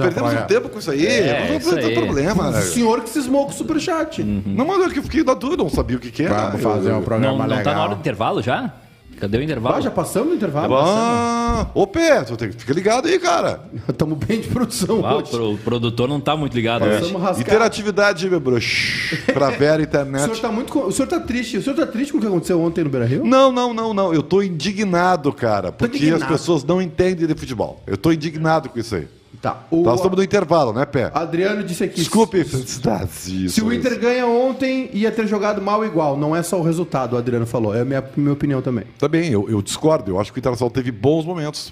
perdemos um fazer tempo com isso aí. É, não isso tem aí. problema. né? O senhor que cismou com o superchat. Não, mas eu que fiquei na dúvida, não sabia o que, que era. Vamos fazer Eu- um Não, programa não tá na legal. hora do intervalo já? Cadê o intervalo? Ah, já passamos o intervalo? Tá Ah, ô Pedro, tem- fica ligado aí, cara. Estamos bem de produção Ah, o hoje. pro- o produtor não tá muito ligado hoje. É. Passamos rasgado. Interatividade, meu bruxo. Pra ver a O senhor internet. tá muito. co- O senhor tá triste. O senhor tá triste com o que aconteceu ontem no Beira Rio? Não, não, não, não. Eu tô indignado, cara. Porque indignado. as pessoas não entendem de futebol. Eu tô indignado com isso aí. Tá. O Nós estamos no intervalo, né, Pé? Adriano disse aqui. Desculpe, felicidades. Ah, Se o Inter ganha ontem, ia ter jogado mal igual. Não é só o resultado, o Adriano falou. É a minha, minha opinião também. Tá bem, eu, eu discordo. Eu acho que o Internacional teve bons momentos.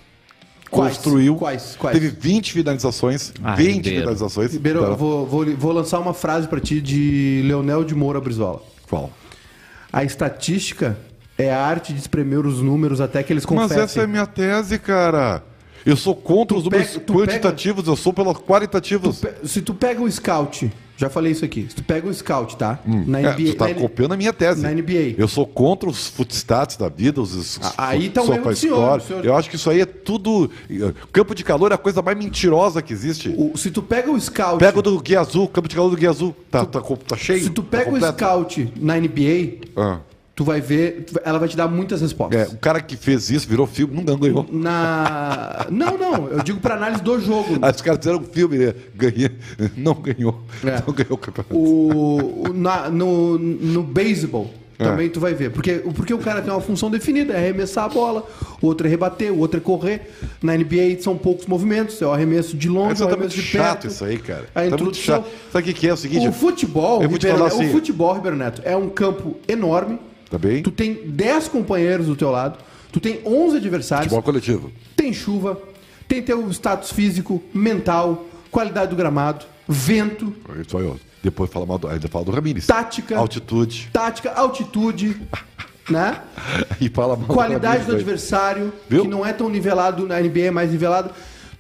Quais? Construiu. Quais? Quais? Teve 20 finalizações. Ah, 20 Ribeiro. finalizações. Ribeiro, Tá. eu vou, vou, vou lançar uma frase pra ti de Leonel de Moura Brizola. Qual? A estatística é a arte de espremer os números até que eles Mas confessem. essa é a minha tese, cara. Eu sou contra os números pega- tu quantitativos, eu sou pelos qualitativos. Pe- Se tu pega o scout, já falei isso aqui. Se tu pega o scout, tá? Na É, NBA, tu tá na N- copiando a minha tese. na NBA. Eu sou contra os footstats da vida, os, os Ah, aí tá um erro do SofaScore. senhor, do senhor. Eu acho que isso aí é tudo. Campo de calor é a coisa mais mentirosa que existe. o- se tu pega o scout, Pega o do Guia Azul, campo de calor do Guia Azul. Tá, tá, co- tá cheio. se tu tá pega o completo. scout na NBA, Ah. tu vai ver, tu- ela vai te dar muitas É, respostas. o cara que fez isso virou filme, não ganhou. Na Não, não, eu digo pra análise do jogo. Aí os caras fizeram um filme, né? Ganhei. Não ganhou. É. Não ganhou o campeonato. O, o- na- no, no beisebol É. também tu vai ver. Porque, porque o cara tem uma função definida, é arremessar a bola, o outro é rebater, o outro é correr. Na NBA são poucos movimentos, é o arremesso de longe, Isso o tá arremesso muito de chato perto. isso aí, cara. A tá muito introdução. chato. Sabe o que, que é o seguinte? o futebol, eu vou te Ribeiro, falar Neto- assim. o futebol, Ribeiro Neto, é um campo enorme. Tá bem? Tu tem 10 companheiros do teu lado, tu tem 11 adversários, Futebol coletivo. tem chuva, tem teu status físico, mental, qualidade do gramado, vento, Isso aí, ó. Depois fala mal do, ainda fala do Ramires. Tática. Altitude. tática, altitude, né? E fala mal Qualidade Ramires do aí. adversário, Viu? que não é tão nivelado, na NBA é mais nivelado.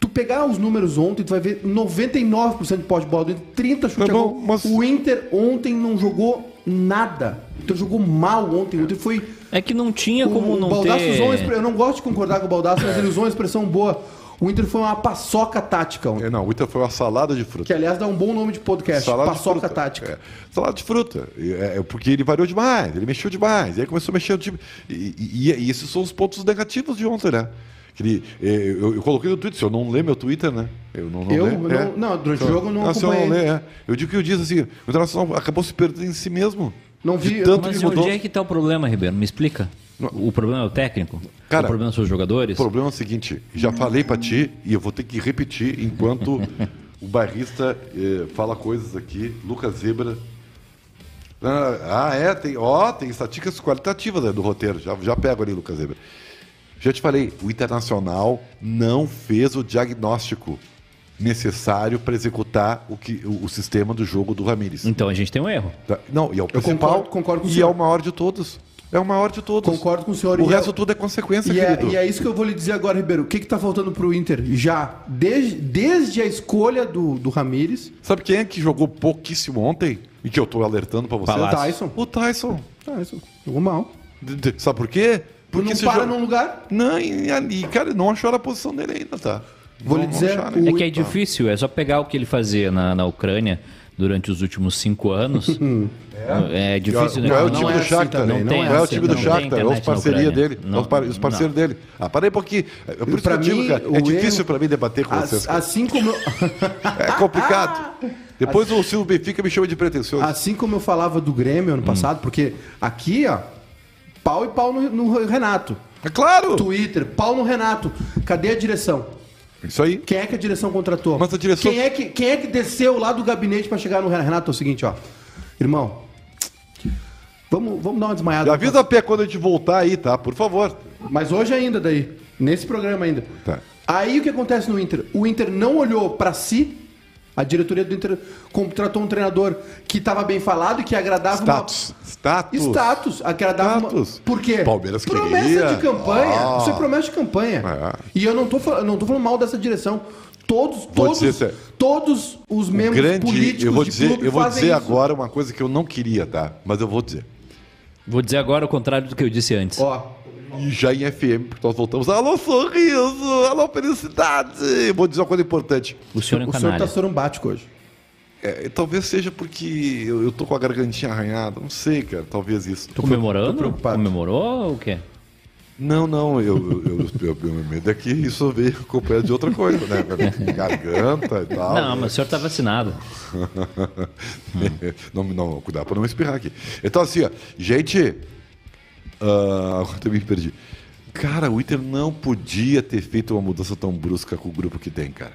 Tu pegar os números ontem, tu vai ver 99% de pote de bola do Inter, 30 chute Tá a bom, gol. mas- O Inter ontem não jogou nada. O Inter jogou mal ontem. O Inter foi... É que não tinha como o não Baldasso ter... um usou uma expre- Eu não gosto de concordar com o Baldasso, É. mas ele usou uma expressão boa. O Inter foi uma paçoca tática ontem. É, não, o Inter foi uma salada de fruta. Que, aliás, dá um bom nome de podcast. Salada de paçoca fruta. tática. É, salada de fruta. E, É, é porque ele variou demais, ele mexeu demais. E aí começou a mexer o time. E, e- e esses são os pontos negativos de ontem, né? Que ele, é, eu, eu coloquei no Twitter, se eu não lê meu Twitter, né? Eu não, não Eu? lê, Eu é. não- não, durante o jogo eu não Ah, se eu não acompanhei. lê, é. Eu digo que eu disse assim, o Internacional acabou se perdendo em si mesmo. Não vi, De tanto Mas que onde mudou. é que tá o problema, Ribeiro? Me explica. O problema é o técnico? Cara, o problema são os jogadores? O problema é o seguinte, já falei pra ti e eu vou ter que repetir enquanto o barrista eh, fala coisas aqui, Lucas Zebra. Ah, ah, é, tem, ó, tem estatísticas qualitativas né, do roteiro, já, já pego ali, Lucas Zebra. Já te falei, o Internacional não fez o diagnóstico necessário para executar o, que, o, o sistema do jogo do Ramires. Então a gente tem um erro. Tá? Não, e é o principal concordo- concordo com o e senhor. é o maior de todos. É o maior de todos. Concordo com o senhor. O E é- resto tudo é consequência, E é, querido. e é isso que eu vou lhe dizer agora, Ribeiro. O que, que tá faltando pro Inter? Já, desde, desde a escolha do, do Ramires, Sabe quem é que jogou pouquíssimo ontem? E que eu tô alertando pra você? Palácio. Tyson. O Tyson. tá, isso jogou mal. D- d- Sabe por quê? Porque não esse para jo- num lugar. Não, e ali, cara, não acharam a posição dele ainda, tá? Vou Não- lhe não dizer, acharam. o- É que é difícil, é só pegar o que ele fazia na, na Ucrânia durante os últimos cinco anos. é. difícil, né? Não é o Não time é do assim Shakhtar, também, não, não tem, é é o assim, time do não tem Shakhtar, é os internet na parceria Ucrânia. dele, é Não, os, par- os parceiros dele. Ah, parei um pouquinho. É por isso Pra que eu mim, digo, cara, o é difícil erro- pra mim debater com vocês. As- Ah, cara. assim como eu, É complicado. Depois o Silvio Benfica me chama de pretensioso. assim como eu falava do Grêmio Hum. ano passado, porque aqui, ó, pau e pau no, no Renato. É claro! Twitter, pau no Renato. Cadê a direção? Isso aí. Quem é que a direção contratou? Mas a direção- Quem é que, quem é que desceu lá do gabinete pra chegar no Renato? Renato, é o seguinte, ó. Irmão, vamos, vamos dar uma desmaiada. um Já avisa a pé quando a gente voltar aí, tá? Por favor. Mas hoje ainda daí, nesse programa ainda. Tá. Aí o que acontece no Inter? O Inter não olhou pra si. A diretoria do Inter contratou um treinador que estava bem falado e que agradava Status. uma Status. status, agradava Status. Uma... Por quê? Palmeiras promessa queria. de campanha. Ah. Isso é promessa de campanha. É. E eu não tô falando, não tô falando mal dessa direção. Todos, todos, dizer, sério. todos os membros políticos eu vou de dizer, clube eu vou fazem dizer isso. agora uma coisa que eu não queria, tá? Mas eu vou dizer. Vou dizer agora o contrário do que eu disse antes. Ó, E já em FM, porque nós voltamos. Alô, sorriso! Alô, felicidade! Vou dizer uma coisa importante. o senhor é um o senhor canalha. tá sorumbático hoje. É, talvez seja porque eu, eu tô com a gargantinha arranhada. Não sei, cara. Talvez isso. Comemorando? tô preocupado. Comemorou ou o quê? Não, não. Eu, eu, eu, eu, meu medo é que isso veio acompanhado de outra coisa, né? Garganta e Ah, tal. não, mas o é. senhor tá vacinado. não, não, cuidado pra não espirrar aqui. Então, assim, ó, gente. ah, agora também me perdi. Cara, o Inter não podia ter feito uma mudança tão brusca com o grupo que tem, cara.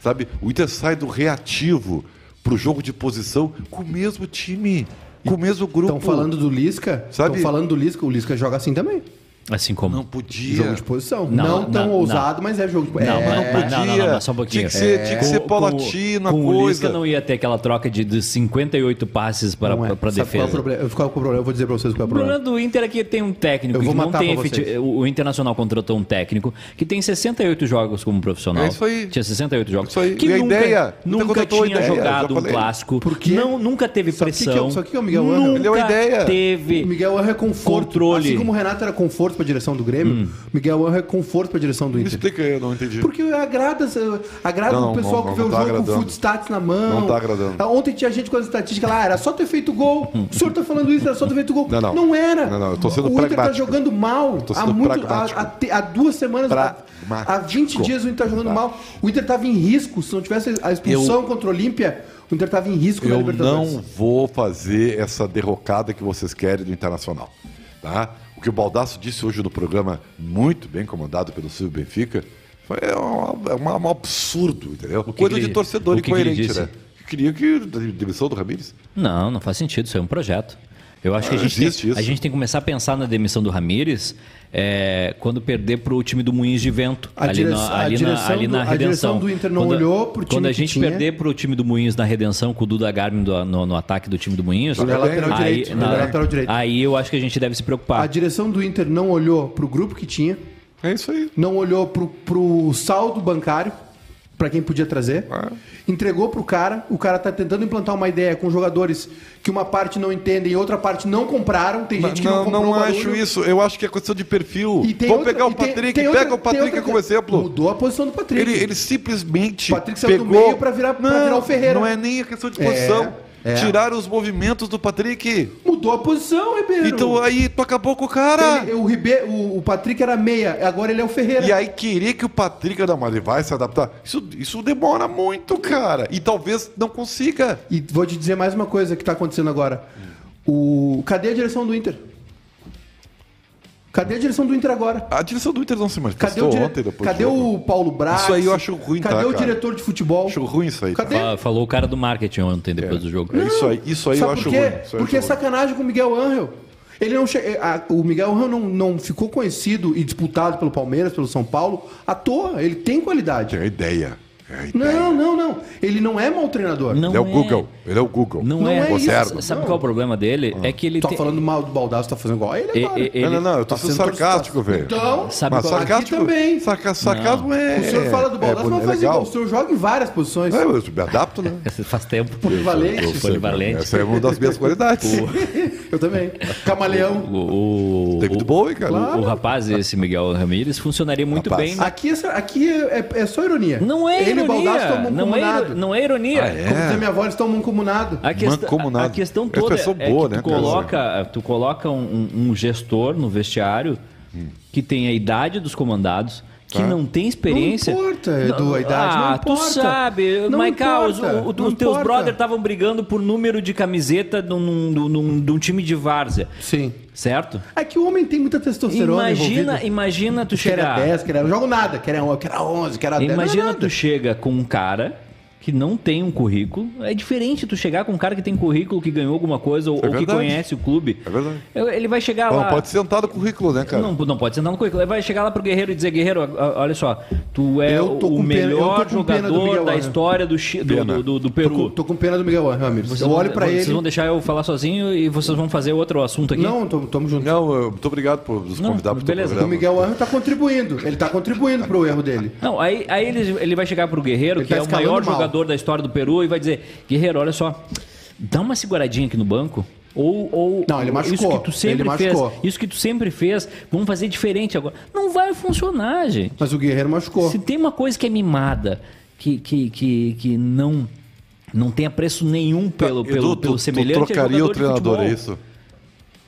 Sabe? O Inter sai do reativo pro jogo de posição com o mesmo time, com o mesmo grupo. Estão falando do Lisca? Sabe- Estão falando do Lisca, o Lisca joga assim também. Assim como. Não podia. Jogo de posição. Não, Não, tão não, ousado, mas é jogo de posição. Não, é, mas- mas- não, não, não, mas só um Tinha pouquinho. que ser- tinha que ser Com- paulatina, com, com o coisa. Lisca não ia ter aquela troca de, de 58 passes para, não é. para, para Sabe qual é defesa. o problema? Eu, qual é o problema? eu vou dizer pra vocês qual é O o problema problema. do Inter é que tem um técnico Eu que vou não matar tem pra vocês. efeti- O o Internacional contratou um técnico que tem 68 jogos como profissional. É isso aí. Tinha 68 jogos. Isso aí. Que E a nunca, ideia? Nunca nunca contratou a tinha ideia, já jogado um falei. clássico. Por quê? Não, nunca teve Sabe o que que é- pressão. sabe o que que é o Miguel Ana? Nunca Ele deu a ideia. O teve. Miguel Anjo é conforto. Controle. Assim como o Renato era conforto pra direção do Grêmio, Miguel Anjo é conforto pra direção do Me Inter. explica aí, eu não entendi. Porque agrada, agrada Não, o pessoal não, não que vê o tá jogo com agradando. o food stats na mão. Não tá agradando. Hum. Ah, Ontem tinha gente com as estatísticas lá, era só ter feito gol. O senhor tá falando isso, era só ter feito gol. Não, não. era. Não, não, eu tô sendo o Inter tá pragmático. jogando mal. tô há, sendo muito, há, pragmático. há te- há duas semanas, há- há 20 Pragmático. dias o Inter tá jogando mal. O Inter tava em risco. Se não tivesse a expulsão contra o Olímpia, o Inter tava em risco na Eu Libertadores. não vou fazer essa derrocada que vocês querem do Internacional. Tá? O que o Baldasso disse hoje no programa, muito bem comandado pelo Silvio Benfica, foi um, é um- um absurdo, entendeu? Coisa que de ele- torcedor o que que ele incoerente, disse? né? Eu queria que a demissão do Ramires. Não, não faz sentido. Isso é um projeto. Eu acho que a Ah, gente, tem, existe isso. a gente tem que começar a pensar na demissão do Ramires é, quando perder pro time do Moinhos de Vento. A ali, direção- na, ali, a na- direção ali do- na a redenção. direção do Inter não olhou pro time Quando a que gente tinha. perder pro time do Moinhos na redenção, com o Duda Garmin do- no, no ataque do time do Moinhos. Ele é lateral aí, direito, ele na- é lateral direito. aí eu acho que a gente deve se A preocupar. direção do Inter não olhou pro grupo que tinha, É isso aí. não olhou pro, pro saldo bancário, pra quem podia trazer, Ah. entregou pro cara, o cara tá tentando implantar uma ideia com jogadores que uma parte não entendem e outra parte não compraram, tem gente que não, Não, comprou não o barulho. acho isso. Eu acho que é questão de perfil. E tem Vamos outra- pegar o e tem- Patrick. tem Pega outra- o Patrick tem outra- como exemplo. Mudou a posição do Patrick. Ele, ele simplesmente. Patrick saiu do meio pra virar- pra virar o Ferreira. Não é nem a questão de posição. é. Tiraram os movimentos do Patrick. Mudou a posição, Ribeiro. Então aí tu acabou com o cara. Ele- o, Ribeiro o, o Patrick era meia, agora ele é o Ferreira. E aí querer que o Patrick não, mas ele vai se adaptar. Isso, isso demora muito, cara. E talvez não consiga. E vou te dizer mais uma coisa que tá acontecendo agora. O... Cadê a direção do Inter? Cadê a direção do Inter agora? A direção do Inter não se Cadê manifestou o, dire- ontem depois Cadê do jogo. o Paulo Brax? Isso aí eu acho ruim, tá, Cadê o cara? diretor de futebol? Acho ruim isso aí. Cadê? Ah, Falou o cara do marketing ontem, depois do jogo. É Isso aí, isso aí eu Sabe acho por quê? ruim. Isso aí eu Porque é acho ruim. sacanagem com o Miguel Angel. Ele não che... eh, a- O Miguel Angel não, não ficou conhecido e disputado pelo Palmeiras, pelo São Paulo, à toa. Ele tem qualidade. Tem a ideia. É Não, não, não. Ele não é mau treinador. Não Ele é o Google. Ele é o Google. Não, é. é isso. Moderno. Sabe qual é o problema dele? É que ele Tô tem- falando mal do Baldassi, tá fazendo igual a ele e- agora. e- ele- tá Não, não, não. Eu tô Tá sendo sarcástico, velho. Então, Sabe Mas qual- aqui sarcástico também. Sarca... Sarcasmo é. o senhor fala do Baldassi, mas é faz igual. legal. O senhor joga em várias posições. É, eu me adapto, né? Faz tempo. Polivalente. Eu sei, Polivalente. Essa é uma das minhas qualidades. Eu também. Camaleão. O, o, David Bowie, cara. Claro. o rapaz, esse Miguel Ramírez, funcionaria muito Rapaz. bem. na- Aqui, é, aqui é, é- é só ironia. Não é Ele e o Baldassi ironia. estão Não é, mancomunados. iro- não é ironia. Ah, é? Como dizia minha avó, eles um estão mancomunados. A, quest a, Mancomunado. a questão Essa toda é, pessoa boa, que né, tu cara? coloca, tu coloca um, um- um gestor no vestiário Hum. que tem a idade dos comandados, que não tem experiência. Tá. Não importa, Edu, a idade, Ah, não importa. tu sabe. Não Michael, os- importa, o- não os teus importa. brothers estavam brigando por número de camiseta de um- num- num- de um time de várzea, Sim. certo? É que o homem tem muita testosterona Imagina, envolvida. imagina tu Quer era chegar... 10, quer era... Jogo nada. Quer era 11, quer era 11, quer era 10. não Imagina é nada. tu chega com um cara que não tem um currículo. É diferente tu chegar com um cara que tem currículo, que ganhou alguma coisa ou, É ou que verdade. conhece o clube. É verdade. Ele vai chegar Ah, Não, lá. pode sentar no currículo, né, cara? Não, não pode sentar no currículo. Ele vai chegar lá pro Guerreiro e dizer, Guerreiro, a- a- olha só, tu é Eu tô o com pena- eu tô melhor com pena do jogador Miguel da Ángel." história do, Chi- do, Pena. do, do- do Tô Peru. com, tô com pena do Miguel Ramirez. Vocês Eu vão- olho pra vocês ele... vão deixar eu falar sozinho e vocês vão fazer outro assunto aqui? Não, tamo, tamo junto. Não, eu- muito obrigado por nos Não, convidar pro teu beleza. O programa. Miguel Anjo tá contribuindo. Ele tá contribuindo pro erro dele. Não, aí, aí ele, ele vai chegar pro Guerreiro, Ele que tá é o escalando maior mal. jogador da história do Peru, e vai dizer: Guerreiro, olha só, dá uma seguradinha aqui no banco. Ou, ou Não, ele isso machucou. que tu sempre Ele machucou. fez, isso que tu sempre fez, vamos fazer diferente agora. Não vai funcionar, gente. Mas o Guerreiro machucou. Se tem uma coisa que é mimada, que, que, que, que não não tem apreço nenhum pelo, Edu, pelo, tu- pelo tu semelhante, é trocaria jogador o de treinador, futebol. é isso?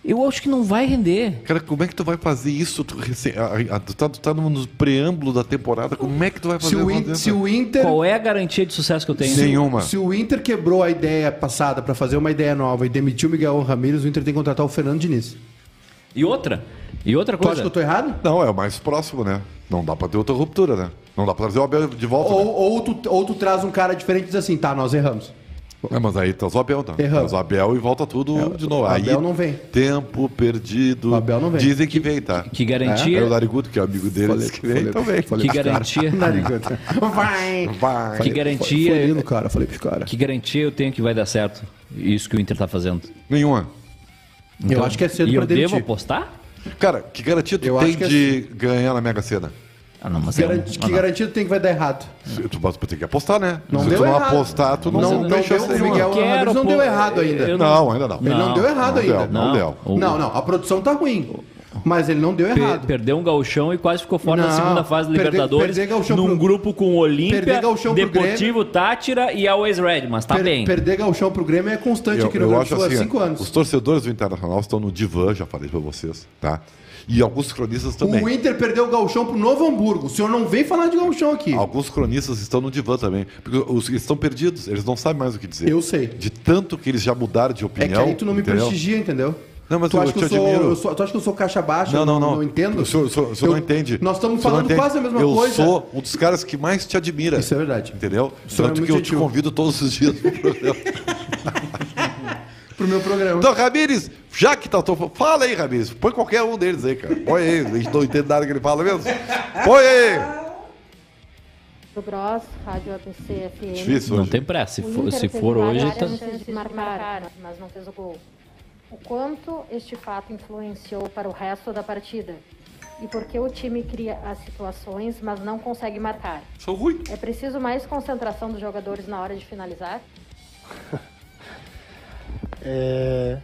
Eu acho que não vai render. Cara, como é que tu vai fazer isso? Tu, rece- a- a- tu tá, tu tá no no preâmbulo da temporada, como é que tu vai Se fazer o, uma In- dessa? se o Inter... Qual é a garantia de sucesso que eu tenho? Nenhuma. Se o Inter quebrou a ideia passada pra fazer uma ideia nova e demitiu o Miguel Ramírez, o Inter tem que contratar o Fernando Diniz. E outra? E outra Tu acha coisa. que eu tô errado? Não, é o mais próximo, né? Não dá pra ter outra ruptura, né? Não dá pra trazer o Abel de volta. Ou, né? ou, tu, ou tu traz um cara diferente e diz assim, tá, nós erramos. É, mas aí traz o Abel, tá? Erramos. Traz o Abel e volta tudo É, de novo. o Abel Aí, não vem. Tempo perdido. O Abel não vem. Dizem que vem, tá? Que É, garantia. o Narigudo, que é amigo dele, disse que vem então também. Que garantia, Vai! Vai. que "Ah, tá." Foi garantia, é- lindo, cara. Falei pros caras. que garantia eu tenho que vai dar certo isso que o Inter tá fazendo? Então, Nenhuma. eu acho que é cedo e pra eu devo demitir. apostar? Cara, que garantia tu Eu tem acho que assim- de ganhar na Mega Sena? Ah, não, mas Garanti- é um- que ah, garantia tu tem que vai dar errado? Tu bota- tu tem que apostar, né? É. Não Se deu tu não errado. apostar, tu não, Não, não deixa deu, sem Miguel. uma. Não, mas não deu errado ainda. eu Não, ainda não. Ele não, deu errado não ainda. Deu, não, Não. deu. O- Não, não. A produção tá ruim. Mas ele não deu Pe- errado. Perdeu um gauchão e quase ficou fora da Não, segunda fase do perder- Libertadores. perder gauchão num pro- grupo com Olímpia, perder gauchão pro Deportivo, Tátira e Always Red, mas tá Per- bem. Perder galchão pro Grêmio é constante Eu, aqui no eu Rio Grande acho do Sul assim, há cinco anos. os torcedores do Internacional estão no divã, já falei pra vocês, tá? E alguns cronistas também. O Inter perdeu o galchão pro Novo Hamburgo. O senhor não vem falar de galchão aqui. Alguns cronistas estão no divã também. Porque os que estão perdidos, eles não sabem mais o que dizer. Eu sei. De tanto que eles já mudaram de É opinião. que aí tu não me entendeu? prestigia, entendeu? Não, mas tu eu acha que te eu sou, admiro. eu sou- tu acha que eu sou caixa baixa? Não, não, não. Não entendo? O senhor, o senhor- o senhor Eu- não entende. Nós O estamos senhor não falando entende. quase a mesma eu coisa. Eu sou um dos caras que mais te admira. Isso é verdade. Entendeu? senhor é Tanto muito que eu te gentil. convido todos os dias pro programa. Pro meu programa. Então, Ramires, já que tá to- Fala aí, Ramires. Põe qualquer um deles aí, cara. Põe aí. A gente não entende nada que ele fala mesmo. Põe aí. Do Bros, Rádio ABC FM. Difícil Não hoje. tem pressa. Se O for, Inter se teve for várias hoje, tá... chances de marcar, mas não fez o gol. O quanto este fato influenciou para o resto da partida? E por que o time cria as situações, mas não consegue marcar? Sou ruim. É preciso mais concentração dos jogadores na hora de finalizar? Eh,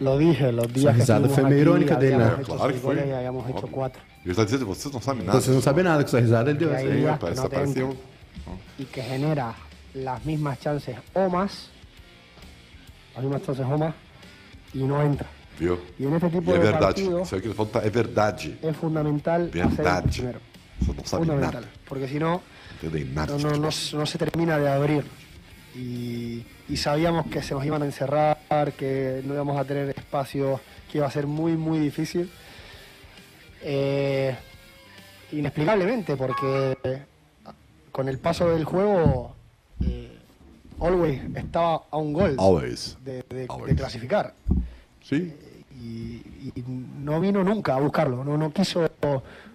lo dije, los días que risada estuvimos fue medio aquí irónica de él, habíamos ¿no? hecho Claro que seis fue. goles y habíamos hecho Obvio. cuatro. Ele está dizendo, vocês não sabem nada. Vocês não sabem nada com essa risada, ele deu. Que essa. hay Sí, días que parece- no parece tengo un- y que genera las mismas chances o más, las mismas chances o más, y no entra. Viu? Y en este tipo E é de verdade. partidos Isso aí que ele falou tá- é verdade. es fundamental hacer el Verdade. primero. Vocês não é sabem Fundamental, nada. porque si no, Entendem nada. no, de no, no, futebol. no se termina de abrir. Y, y sabíamos que se nos iban a encerrar, que no íbamos a tener espacio, que iba a ser muy, muy difícil. Eh, inexplicablemente, porque con el paso del juego, eh, Always estaba a un gol Always. de, de- Always. de clasificar. Sim. Y, y no vino nunca a buscarlo, no, no quiso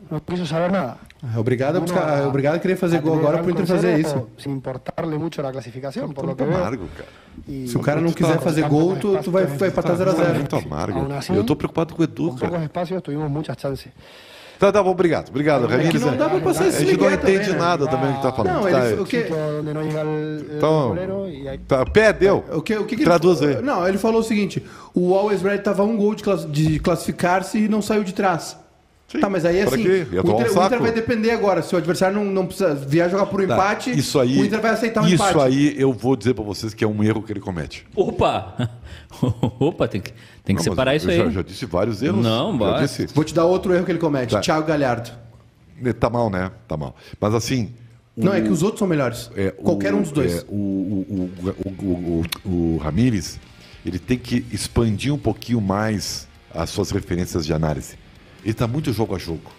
no quiso saber nada. Ah, Obrigado, a Uno buscar- a- obrigado a querer fazer a é gol tener agora un por Inter gran fazer isso. concepto, Sin importarle mucho la clasificación, por lo Muito que veo. amargo, cara. Y Se o cara não quiser Tá fazer gol, tu, tu vai, vai empatar Tá 0x0. muito amargo. Aún assim, así, Eu tô preocupado com o Edu, con pocos cara. espacios tuvimos muchas chances. Tá, tá bom, obrigado. Obrigado, É que Ramires. não dá pra passar A esse gente não Miguel também, entende né? nada também o que tá falando. Não, Tá, ele, o que, Sitio donde no llega el, el Então, golero y hay tá, pé deu. É, o que, o que, que Traduz ele, aí. Não, ele falou o seguinte: o Always Red tava um gol de, clas- de classificar-se e não saiu de trás. Sim, tá, mas aí pra assim, quê? o Ia Inter, tomar um o Inter saco. vai depender agora. Se o adversário não, não precisa vier jogar por um Tá, empate, isso aí, o Inter vai aceitar um Isso empate. aí eu vou dizer pra vocês que é um erro que ele comete. Opa! Opa, tem que, tem que Não, mas separar eu isso aí. Já, já disse vários erros. Não, já vai. disse. Vou te dar outro erro que ele comete: Tá. Thiago Galhardo. Tá mal, né? Tá mal. Mas assim. o- Não, é que os outros são melhores. é, o- Qualquer um dos dois. é, o, o, o, o, o, o Ramires, ele tem que expandir um pouquinho mais as suas referências de análise. Ele tá muito jogo a jogo.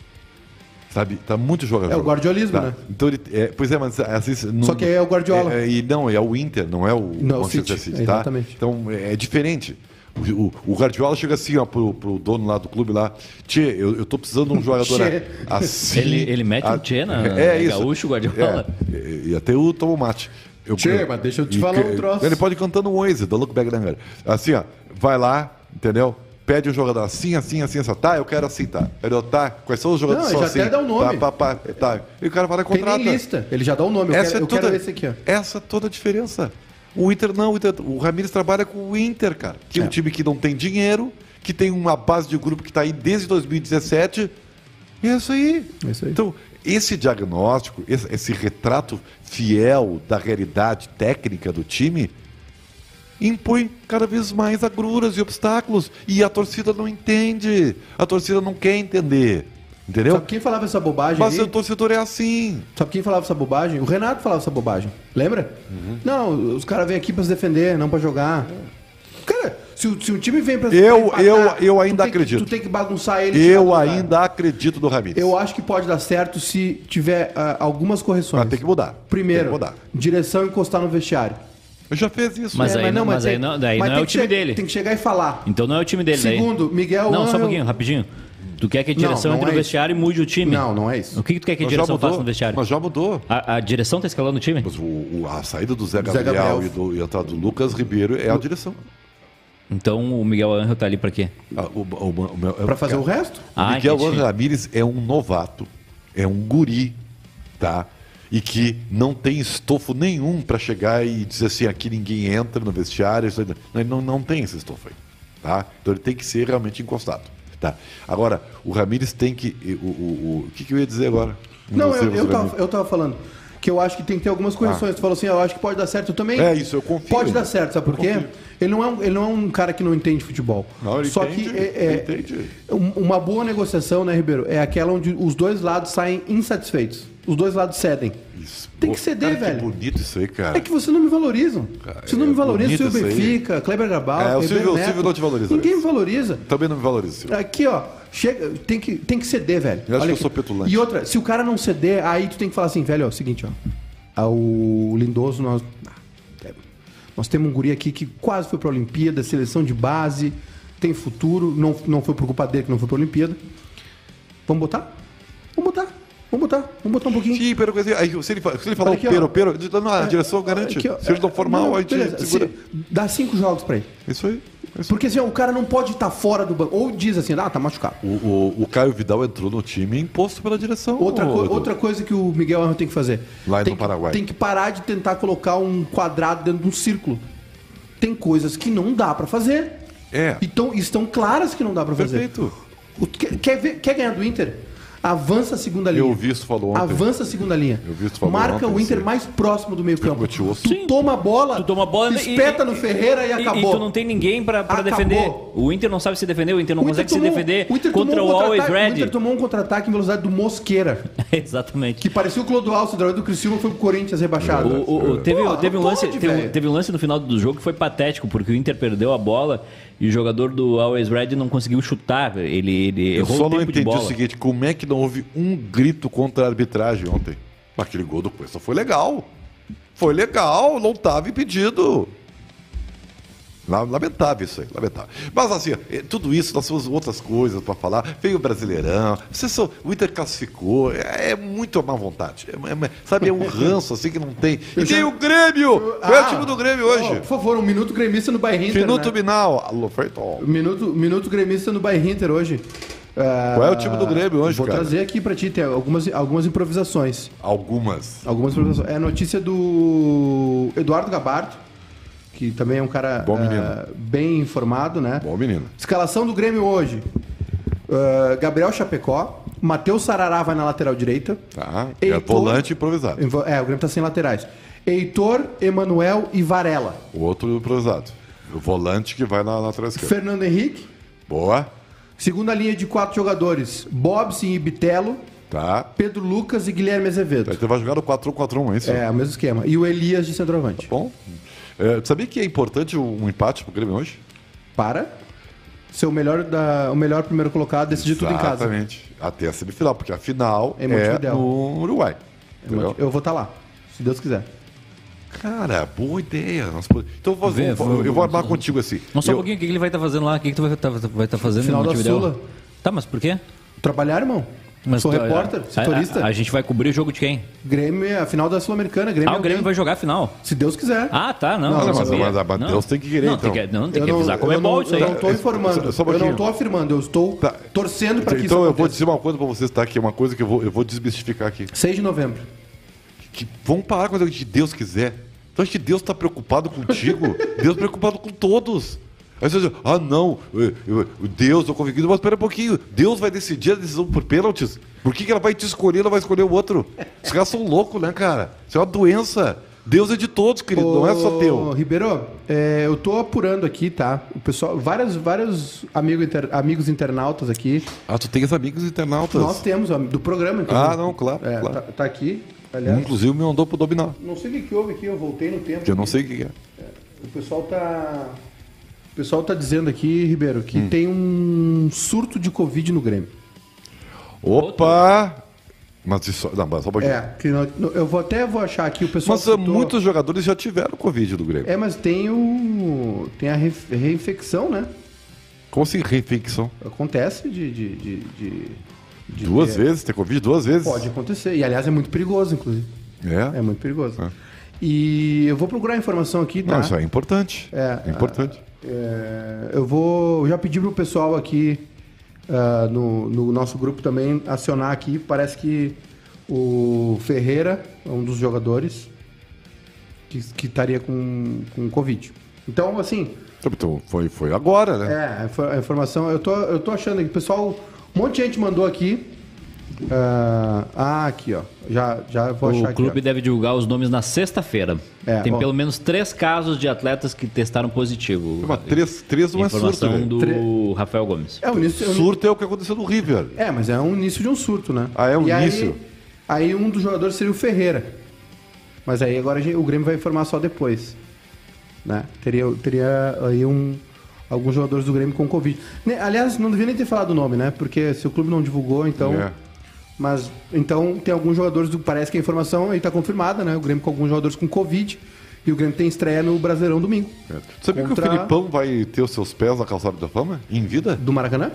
Sabe? Tá muito jogo a jogo. o guardiolismo, Tá. né? Então ele, é, pois é, mas assim, não- Só que aí é o Guardiola. É, é, e não, é o Inter, não é o Não, o Manchester City, City. é, tá? exatamente. Então é, é diferente. O, o, o Guardiola chega assim, ó, pro, pro dono lá do clube lá. Tchê, eu, eu tô precisando de um jogador Tchê. a- assim. Ele- ele mete um tchê na- é, na isso. Gaúcho, Guardiola. É, e- e até o tomo mate. Eu, Tchê, mas deixa eu te e falar um que- troço. Ele pode ir cantando um Waze, do Look Back Danger. Assim, ó, vai lá, entendeu? Pede um jogador assim, assim, assim, assim. Tá, eu quero assim, tá. Ele, ó, tá, quais são os jogadores Não, só ele já assim? até dá o nome. Tá, pá, pá, tá. E o cara vai lá e Tem contrata. nem lista. Ele já dá o nome. Eu Essa quero, é eu quero toda, esse aqui, ó. Essa é toda a diferença. O Inter não, o, Inter- o Ramires trabalha com o Inter, cara. Que é um time que não tem dinheiro, que tem uma base de grupo que está aí desde 2017. E é isso aí. É isso aí. Então, esse diagnóstico, esse, esse retrato fiel da realidade técnica do time, impõe cada vez mais agruras e obstáculos. E a torcida não entende. A torcida não quer entender. Entendeu? Sabe quem falava essa bobagem? Mas aí? o torcedor é assim. Sabe quem falava essa bobagem? O Renato falava essa bobagem. Lembra? Não, os caras vêm aqui pra se defender, não pra jogar. Cara, se, o- se um time vem pra se Eu- eu- eu tu ainda tem que- acredito. tu tem que bagunçar ele. e tirar do Eu lugar. ainda acredito no Ramires. Eu acho que pode dar certo se tiver ah, algumas correções. Mas tem que mudar. Primeiro, Tem que mudar. direção encostar no vestiário. Eu já fez isso. Mas É, né? aí não- mas aí não- daí não é tem o que time che- dele. Tem que chegar e falar. Então não é o time dele daí. Segundo, Miguel Não, só Angel- um pouquinho, rapidinho. Tu quer que a Não, direção não entre é no isso. vestiário e mude o time? Não, não é isso. O que, que tu quer que a Mas já direção mudou. faça no vestiário? Mas já mudou. A, a direção tá escalando o time? Mas o, o- a saída do Zé Gabriel, Gabriel. E, do, e a entrada do Lucas Ribeiro é a direção. Então o Miguel Angel tá ali pra quê? Ah, o- o- o- o meu- é Pra fazer cara, o resto? Ah, Miguel entendi. Angel Ramírez é um novato, é um guri, tá? E que não tem estofo nenhum pra chegar e dizer assim, aqui ninguém entra no vestiário. isso aí não- Não, ele não, não tem esse estofo aí, tá? Então ele tem que ser realmente encostado, tá? Agora, o Ramírez tem que... O, o- o- o que, que eu ia dizer agora? Não, Dos eu, erros eu, do Ramírez. tava, eu tava falando que eu acho que tem que ter algumas correções. Tu falou assim, ah, eu acho que pode dar certo. Eu também. É isso, eu confio. Pode dar certo, sabe por Eu quê? confio. Ele não, é um, ele não é um cara que não entende futebol. Não, ele Só entende, que é, ele é- entende. um- uma boa negociação, né, Ribeiro? É aquela onde os dois lados saem insatisfeitos. Os dois lados cedem. Isso. Tem Pô, que ceder, cara, velho. Que bonito isso aí, cara. É que vocês não me valorizam. Vocês não me é valorizam. bonito Silvio isso aí. Benfica, Kleber Gabal, É, o Kleber Silvio- o Neto. Silvio não te valoriza Ninguém isso. me valoriza. Também não me valoriza. Silvio. Aqui, ó. Chega, tem que, tem que ceder, velho. Eu acho que eu aqui. sou petulante. E outra, se o cara não ceder, aí tu tem que falar assim, velho, ó, seguinte, ó. Ah, O Lindoso, nós. ah, é, Nós temos um guri aqui que quase foi pra Olimpíada, seleção de base, tem futuro, não, não foi por culpa dele que não foi pra Olimpíada. Vamos botar? Vamos botar. Vamos botar. Vamos botar um pouquinho. Sim, pero, coisa- aí, se ele, fa- se ele falar Olha aqui, o pero, ó. É, pero, ele- não, a direção garante. Aqui, ó. é, se ele não for mal, Não, a gente beleza. segura. É Se- Dá cinco jogos pra ele. Isso aí. Isso. aí. Porque assim, ó, o cara não pode estar fora do banco. Ou diz assim, ah, tá machucado. O, o, o Caio Vidal entrou no time imposto pela direção. Outra, ô, co- Edu. outra coisa que o Miguel Arno tem que fazer. Lá tem no que- Paraguai. Tem que parar de tentar colocar um quadrado dentro de um círculo. Tem coisas que não dá pra fazer. É. Então, estão claras que não dá pra fazer. Perfeito. O- quer, quer ver- quer ganhar do Inter? Avança a segunda linha. Eu ouvi isso falou ontem. Avança a segunda linha. Eu ouvi isso falou Marca ontem, o Inter sim. mais próximo do meio campo. te ouço. Tu Sim. toma a bola, Tu toma a bola e- espeta no Ferreira e, E, acabou. e tu não tem ninguém pra, pra Acabou. defender. O Inter não sabe se defender, o Inter não O Inter consegue se tomou- defender o Inter contra tomou o um Always contra-ataque- O Red. Inter tomou um contra-ataque em velocidade do Mosqueira. Exatamente. Que parecia o Clodoaldo, o jogador do Criciúma, foi pro Corinthians rebaixado. O- o- o- teve, Pô, teve, um não lance, pode, teve, um- velho. teve um lance no final do jogo que foi patético, porque o Inter perdeu a bola e o jogador do Always Red não conseguiu chutar. Ele, ele Eu errou só o não tempo de entendi o bola. seguinte: como é que não houve um grito contra a arbitragem ontem? Aquele gol do Cuesta foi legal. Foi legal, não estava impedido. La- Lamentável isso aí, lamentável. Mas assim, eh, tudo isso, nós temos outras coisas para falar. Veio o Brasileirão, vocês são- o Inter classificou, é, é muito a má vontade. É- é- é- sabe, é um ranço assim que não tem. E tem o Grêmio! Qual é o time do Grêmio Ó, hoje? por favor, um minuto gremista no Bayern Inter. Minuto Ah! né? final. Alô, Fertol. minuto, minuto gremista no Bayern Inter hoje. Ah, Qual é o time do Grêmio hoje, Vou cara? trazer aqui pra ti, tem algumas, algumas improvisações. Algumas. Algumas improvisações. É a notícia do Eduardo Gabardo, que também é um cara Bom menino. ah, bem informado, né? Bom, menino. Escalação do Grêmio hoje. Ah, Gabriel Chapecó, Matheus Sarará vai na lateral direita. Tá? É Heitor- volante improvisado. É, o Grêmio tá sem laterais. Heitor, Emanuel e Varela. O outro improvisado. O volante que vai na lateral esquerda. Fernando Henrique, Boa. segunda linha de quatro jogadores. Bobson e Bitelo, Tá. Pedro Lucas e Guilherme Aí Azevedo. tu vai jogar no 4-1-4-1, é isso? É, o mesmo esquema. E o Elias de centroavante. Bom. É, tu sabia que é importante um um empate pro Grêmio hoje? Para ser o melhor, da, o melhor primeiro colocado, decidir tudo em casa. Exatamente. Até a semifinal, porque a final É é, em Montevidéu. no Uruguai. Entendeu? Eu vou estar lá, se Deus quiser. Cara, boa ideia. Nós pode- Então vamos- Vê, vamos- eu, vamos- vou armar contigo assim. Mas só eu, um pouquinho, o que que ele vai estar fazendo lá? O que, que tu vai estar vai tá fazendo Final em da Montevidéu? Sula. Tá, mas por quê? Trabalhar, irmão? Mas Sou tu- repórter, a- setorista. A, a gente vai cobrir o jogo de quem? Grêmio é a final da Sul-Americana. Grêmio Ah, o é Grêmio alguém. vai jogar a final. Se Deus quiser. Ah, tá, não. Não, eu não, mas- sabia. mas- mas Não. Deus tem que querer, não, então. Tem que, não, tem Eu que avisar como eu é bom isso aí. Eu não tô informando. Só- só um eu não pouquinho. tô afirmando, eu estou Tá. torcendo para que então eu vou aconteça. dizer uma coisa pra vocês, tá? Que é uma coisa que eu vou, eu vou desmistificar aqui. 6 de novembro. Que vamos parar com o que Deus quiser. Então acho que Deus está preocupado contigo. Deus tá preocupado com todos. Aí você diz, ah não, eu- eu- eu- Deus, eu convicto. Mas espera um pouquinho, Deus vai decidir a decisão por pênaltis? Por que, que ela vai te escolher, ela vai escolher o outro? Os caras são loucos, né, cara? Isso é uma doença. Deus é de todos, querido, não é só Ô, teu. Ribeiro, é, eu tô apurando aqui, tá? O pessoal, vários, vários amigo inter- amigos internautas aqui. Ah, tu tens amigos internautas. Nós temos, ó, do programa, inclusive. ah, não, claro, É, claro. tá, tá aqui, aliás. Um, Inclusive me mandou pro dominar. Não sei o que, que houve aqui, eu voltei no tempo. que Eu não sei o que que é. O pessoal tá. O pessoal tá dizendo aqui, Ribeiro, Hum. que tem um surto de Covid no Grêmio. Opa! Mas isso. Não, mas só um pouquinho. É, que não- não- eu vou até vou achar aqui o pessoal. Mas é citou- muitos jogadores já tiveram Covid do Grêmio. É, mas tem o. Tem a re- reinfecção, né? Como assim reinfecção? Acontece de. de, de, de- de Duas ter- vezes, ter Covid duas vezes? É. Pode acontecer. E aliás é muito perigoso, inclusive. É? É muito perigoso. É. E eu vou procurar a informação aqui, tá? Não, isso é importante. É, É. importante. É, eu vou eu já pedi pro pessoal aqui ah, no, no nosso grupo também acionar aqui. Parece que o Ferreira é um dos jogadores que, que estaria com, com Covid. Então, assim, Então, foi, foi agora, né? é, a infor- a informação, eu tô, eu tô achando aqui, pessoal, um monte de gente mandou aqui. Ah, ah, aqui, ó. Já, já vou achar O aqui. ó. clube deve divulgar os nomes na sexta-feira. É, Tem ó. pelo menos três casos de atletas que testaram positivo. Uma, três, três não é surto. Informação velho. do Tre- Rafael Gomes. É, o início, é o- Surto é o que aconteceu no River. É, mas é um início de um surto, né? Ah, é um E aí- início? Aí, um dos jogadores seria o Ferreira. Mas aí agora a gente- o Grêmio vai informar só depois. Né? Teria, teria aí um, alguns jogadores do Grêmio com Covid. Ne- Aliás, não devia nem ter falado o nome, né? Porque se o clube não divulgou, então. É. Mas então tem alguns jogadores. Do, parece que a informação aí tá confirmada, né? O Grêmio com alguns jogadores com Covid. E o Grêmio tem estreia no Brasileirão domingo. É. Sabia Contra- que o Filipão vai ter os seus pés na calçada da fama? Em vida? Do Maracanã?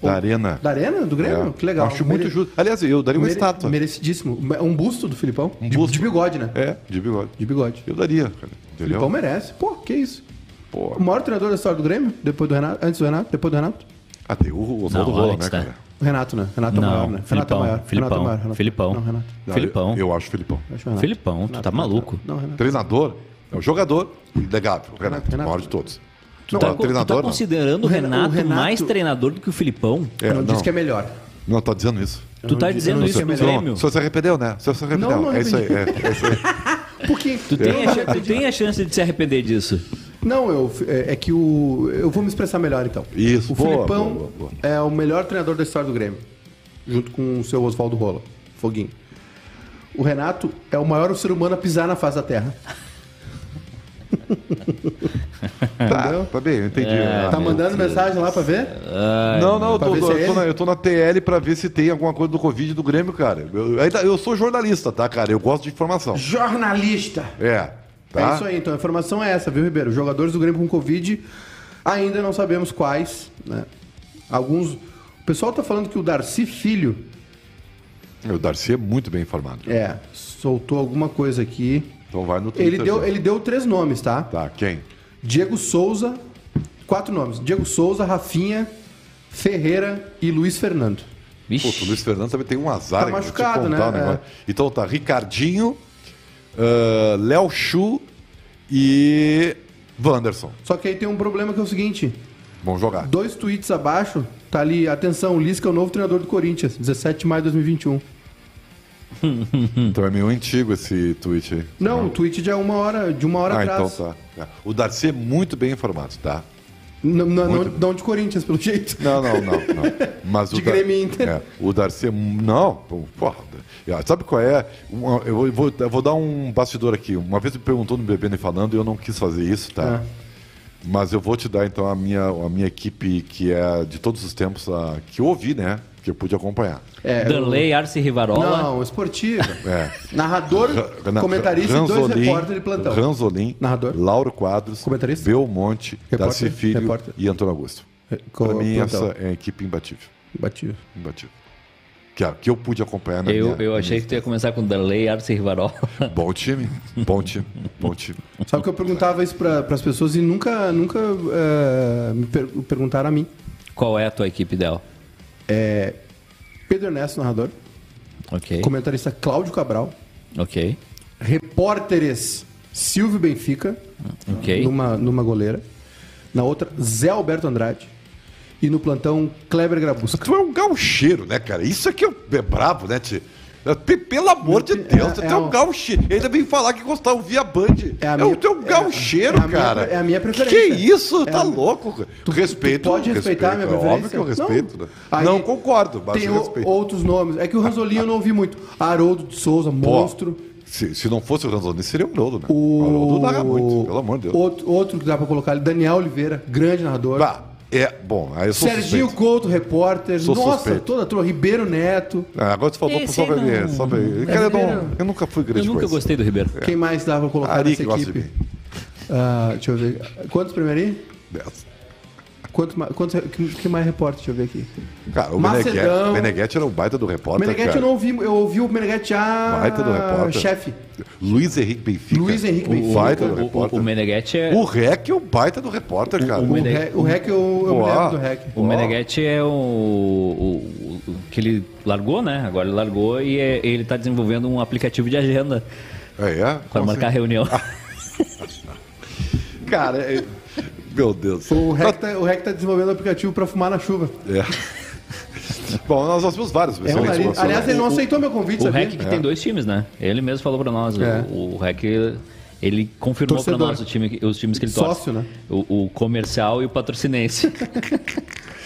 Da Arena. Da Arena? Do Grêmio? É. Que legal. Acho muito Mere- justo. Aliás, eu daria uma Mere- estátua. Merecidíssimo. Um busto do Filipão. de, busto. de bigode, né? É, de bigode. De bigode. Eu daria, cara. Entendeu? Filipão merece. Pô, que isso. Pô. O maior treinador da história do Grêmio, depois do Renato, antes do Renato, depois do Renato. Ah, tem o Oswaldo Não, Rola, né, antes, né? cara? O Renato, né? Renato é o Não, maior, né? Renato é Filipão, o maior. Renato é o Filipão, maior. Renato. Filipão. Não, Renato. Não, Filipão. Eu, eu acho o Filipão. Acho o Renato. Filipão, tu Renato, tá Renato, maluco. Renato. Não, Renato. Treinador é um jogador inegável. Renato, Renato. o maior de todos. Tu Não, tá, é um co- tu tá treinador, não. considerando o O Ren- o Renato, Renato- mais treinador do que o Filipão? É, não, disse não. que é melhor. Não, tá dizendo isso. tu tá disse- dizendo não isso disse pro que é melhor. Grêmio? O senhor se arrependeu, né? O senhor se arrependeu. Não, não é isso aí. arrependi. É, é isso aí. Por quê? Tu tem, a, chan- tu tem a chance de se arrepender disso. Não, eu, é, é que o. Eu vou me expressar melhor então. Isso, O boa, Filipão boa, boa, boa. é o melhor treinador da história do Grêmio. Junto com o seu Oswaldo Rola. Foguinho. O Renato é o maior ser humano a pisar na face da terra. Ah, Tá, tá bem, eu entendi. Ah, tá mandando mensagem lá pra ver? Não, não, eu pra tô, ver se eu é tô na, ele. eu tô na TL pra ver se tem alguma coisa do Covid do Grêmio, cara. Eu, ainda- eu sou jornalista, tá, cara? Eu gosto de informação. Jornalista! É. Tá? É isso aí, então a informação é essa, viu, Ribeiro? Jogadores do Grêmio com Covid, ainda não sabemos quais, né? Alguns. O pessoal tá falando que o Darcy Filho O Darcy é muito bem informado. é, soltou alguma coisa aqui. Então vai no Twitter. Ele deu, já. ele deu três nomes, tá? Tá, quem? Diego Souza, quatro nomes: Diego Souza, Rafinha, Ferreira e Luiz Fernando. Puta, o Luiz Fernando também tem um azar. Tá hein, vou te machucado, contar um né? negócio. Então tá, Ricardinho, ah, Léo Chu e Wanderson. Só que aí tem um problema que é o seguinte: Vão jogar. dois tweets abaixo, tá ali, atenção, o Lisca é o novo treinador do Corinthians, 17 de maio de 2021. Então é meio antigo esse tweet aí. Não, o tweet de uma hora, de uma hora Ah, então atrás. tá. Tá. O Darcy é muito bem informado, tá? Não, não, não, Muito. não de Corinthians, pelo jeito. Não, não, não. não. Mas De o Dar- Grêmio e Inter. É, o Darcy é. mu- Não, pô, porra. Ah, Sabe qual é? Uma- Eu vou- eu vou, eu vou dar um bastidor aqui. Uma vez me perguntou no Bebendo e Falando e eu não quis fazer isso, tá? Ah. Mas eu vou te dar então a minha, a minha equipe que é de todos os tempos, a- que eu ouvi, né? Que eu pude acompanhar. É, Danley, Arce Rivarola. Não, esportiva. É. Narrador, Ra- na- comentarista e dois Ranzolin, repórteres de plantão. Ranzolin, Narrador. Lauro Quadros, Comentarista. Belmonte, Repórter. Darcy Filho Repórter. e Antônio Augusto. Co- Pra mim, plantão. essa é a equipe imbatível. Batido. Imbatível. Que, é a- que eu pude acompanhar na Eu, minha- eu na achei que tu ia começar com Danley, Arce Rivarola. minha- Bom time, bom time, bom time. Sabe que eu perguntava isso para as pessoas e nunca, nunca eh, me per- perguntaram a mim. Qual é a tua equipe dela? É, Pedro Ernesto, narrador. Ok. Comentarista Cláudio Cabral. Ok. Repórteres Silvio Benfica, Ok. numa, numa goleira. Na outra, Zé Alberto Andrade. E no plantão, Kleber Grabusca. Tu é um gaucheiro, né, cara? Isso aqui é, um- é brabo, né, Ti? É, pe- Pelo amor de Deus, tu é é, um um- gaucheiro. Ele Ainda vem falar que gostava de ouvir a Band. É a É, minha- o teu é- gaucheiro, é a minha- cara. é a minha preferência. Que isso? É tá a- louco, cara. respeito. pode respeitar a minha preferência? respeito, É óbvio que eu respeito. Não. né? Não, Aí concordo, mas Tem eu o- respeito. outros nomes. É que o Ranzolin eu não ouvi muito. Haroldo de Souza, Pô, monstro. Se, se não fosse o Ranzolini, seria o Haroldo, né? O... O Haroldo narra muito, pelo amor de Deus. Outro, outro que dá pra colocar ali, Daniel Oliveira, grande narrador. Bah, é, bom, aí eu sou Serginho suspeito. Couto, repórter. Sou Nossa, suspeito. toda a turma. Ribeiro Neto. Ah, agora tu falou pro Esse só pra não- ver, só pra ver. Cara, eu, não, eu nunca fui Eu grande nunca coisa. gostei do Ribeiro. Quem mais dá pra colocar É. Ari que nessa gosta de equipe? mim. Ah, deixa eu ver. Quantos primeiro aí? Dessa. Quanto, ma- quantos, que, que mais repórter? Deixa eu ver aqui. Cara, o Macedão. Meneghetti, o Meneghetti era um baita do repórter, Meneghetti cara. eu não ouvi, eu ouvi o Meneghetti já. Baita do repórter. Chefe. Luiz Henrique Benfica. Luiz Henrique o Benfica. Baita do O, o, o repórter. Meneghetti é. O, REC é o baita do repórter, cara. O, rec, o rec eu, eu me Boa. lembro do rec. um- O Meneghetti é o, o- o- o que ele largou, né? Agora ele largou e é- ele tá desenvolvendo um aplicativo de agenda É, é? para Como marcar reunião. assim? Cara, é- meu Deus. do céu. O rec, tá, o rec tá desenvolvendo um aplicativo pra fumar na chuva. Bom, nós nós temos vários. É um excelentes nariz- profissionais. Aliás, ele não aceitou meu convite, o sabia? REC que É. tem dois times, né? Ele mesmo falou para nós. o- É. O, REC, ele confirmou para Torcedor. nós o time, que- os times que ele torce. Sócio, né? O, o comercial e o patrocinense.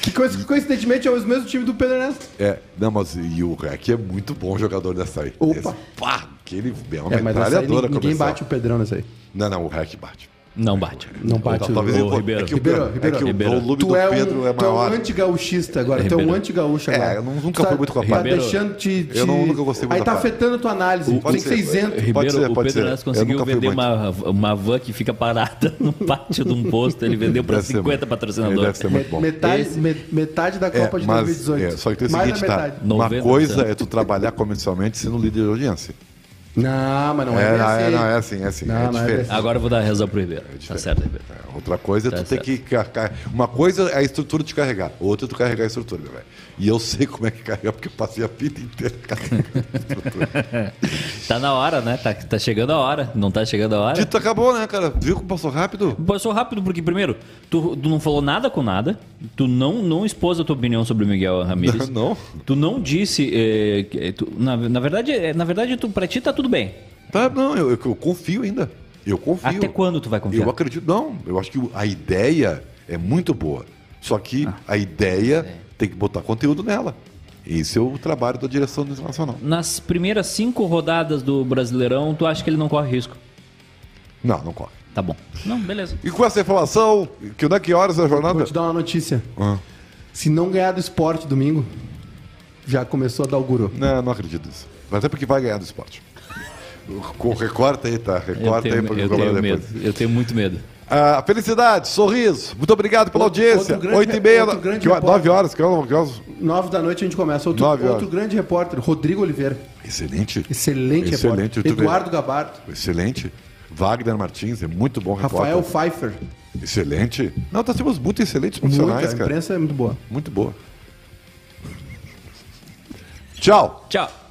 Que coisa- que coincidentemente é o mesmo time do Pedro Ernesto. É, não, mas e o Rec é muito bom jogador dessa aí. Opa. Esse- pá, aquele é uma É, mas essa aí metralhadora ninguém comercial. bate o Pedrão nessa aí. Não, não, o Rec bate. Não bate. Não bate. Talvez o ele- Ribeiro. É que o, Ribeiro, é Ribeiro. que o Ribeiro. volume Tu do é, um, Pedro é tu é maior. um anti-gaúchista agora, tu é um Ribeiro. anti-gaúcho agora. eu nunca fui muito com a Tá Ribeiro. deixando te, te... Eu não- nunca gostei muito Aí da tá parte. afetando a tua análise, tu tem pode que ser ser. É, isento. Pode Ribeiro, ser, o pode Pedro ser. Ernesto Eu conseguiu nunca fui vender muito. uma, uma van que fica parada no pátio de um posto. Ele vendeu para Deve ser 50 muito- Ele deve patrocinadores. ser é muito bom. Metade, Esse- me- metade da Copa de 2018. é, só que tem o Mais seguinte, da tá? metade. Uma 90%. coisa é tu trabalhar comercialmente sendo líder de audiência. Não, mas não É, é, não, é, assim. não, é assim, é assim. Não, é não é diferente. desse- Agora eu vou dar a razão pro Ribeiro. tá diferente. certo, Ribeiro. É, Outra coisa é tu Tá ter que. ca- ca- Uma coisa é a estrutura de carregar, outra é tu carregar a estrutura, meu velho. E eu sei como é que carrega, porque eu passei a vida inteira carregando a estrutura. Tá na hora, né? Tá, tá chegando a hora. Não tá chegando a hora? Dito acabou, né, cara? Viu como passou rápido? Passou rápido, porque primeiro, tu, tu não falou nada com nada, tu não, não expôs a tua opinião sobre o Miguel Ramírez. Não. Tu não disse. eh, que- tu- na, na verdade, eh, na verdade tu, pra ti tá tudo bem. Tá, não, eu, eu confio ainda. Eu confio. Até quando tu vai confiar? é? Eu acredito, não. Eu acho que o- a ideia é muito boa. Só que Ah. a ideia tem que botar conteúdo nela. Esse é o trabalho da direção do Internacional. Nas primeiras cinco rodadas do Brasileirão, tu acha que ele não corre risco. Não, não corre. Tá bom. Não, beleza. E com essa informação, que não é que horas é a jornada? Vou te dar uma notícia. Ah. Se não ganhar do esporte domingo, já começou a dar o guru. é Não, não acredito nisso. Mas Até porque vai ganhar do esporte. Co- Recorta aí, tá? Eu Recorta aí tenho, pra eu cobrar tenho depois. medo. Eu tenho muito medo. Ah, felicidade, sorriso. Muito obrigado pela Outro- audiência. outro grande- Oito e meia, outro grande que hora- repórter. nove horas, que horas, que horas. Nove da noite a gente começa. Outro, Nove horas. outro grande repórter, Rodrigo Oliveira. Excelente. Excelente, Excelente, repórter. tu vê. Eduardo Gabardo. Excelente. Wagner Martins, é muito bom Rafael repórter. Pfeiffer. Excelente. Não, nós temos muito excelentes Muito, profissionais, a cara. imprensa é muito boa. Muito boa. Tchau. Tchau.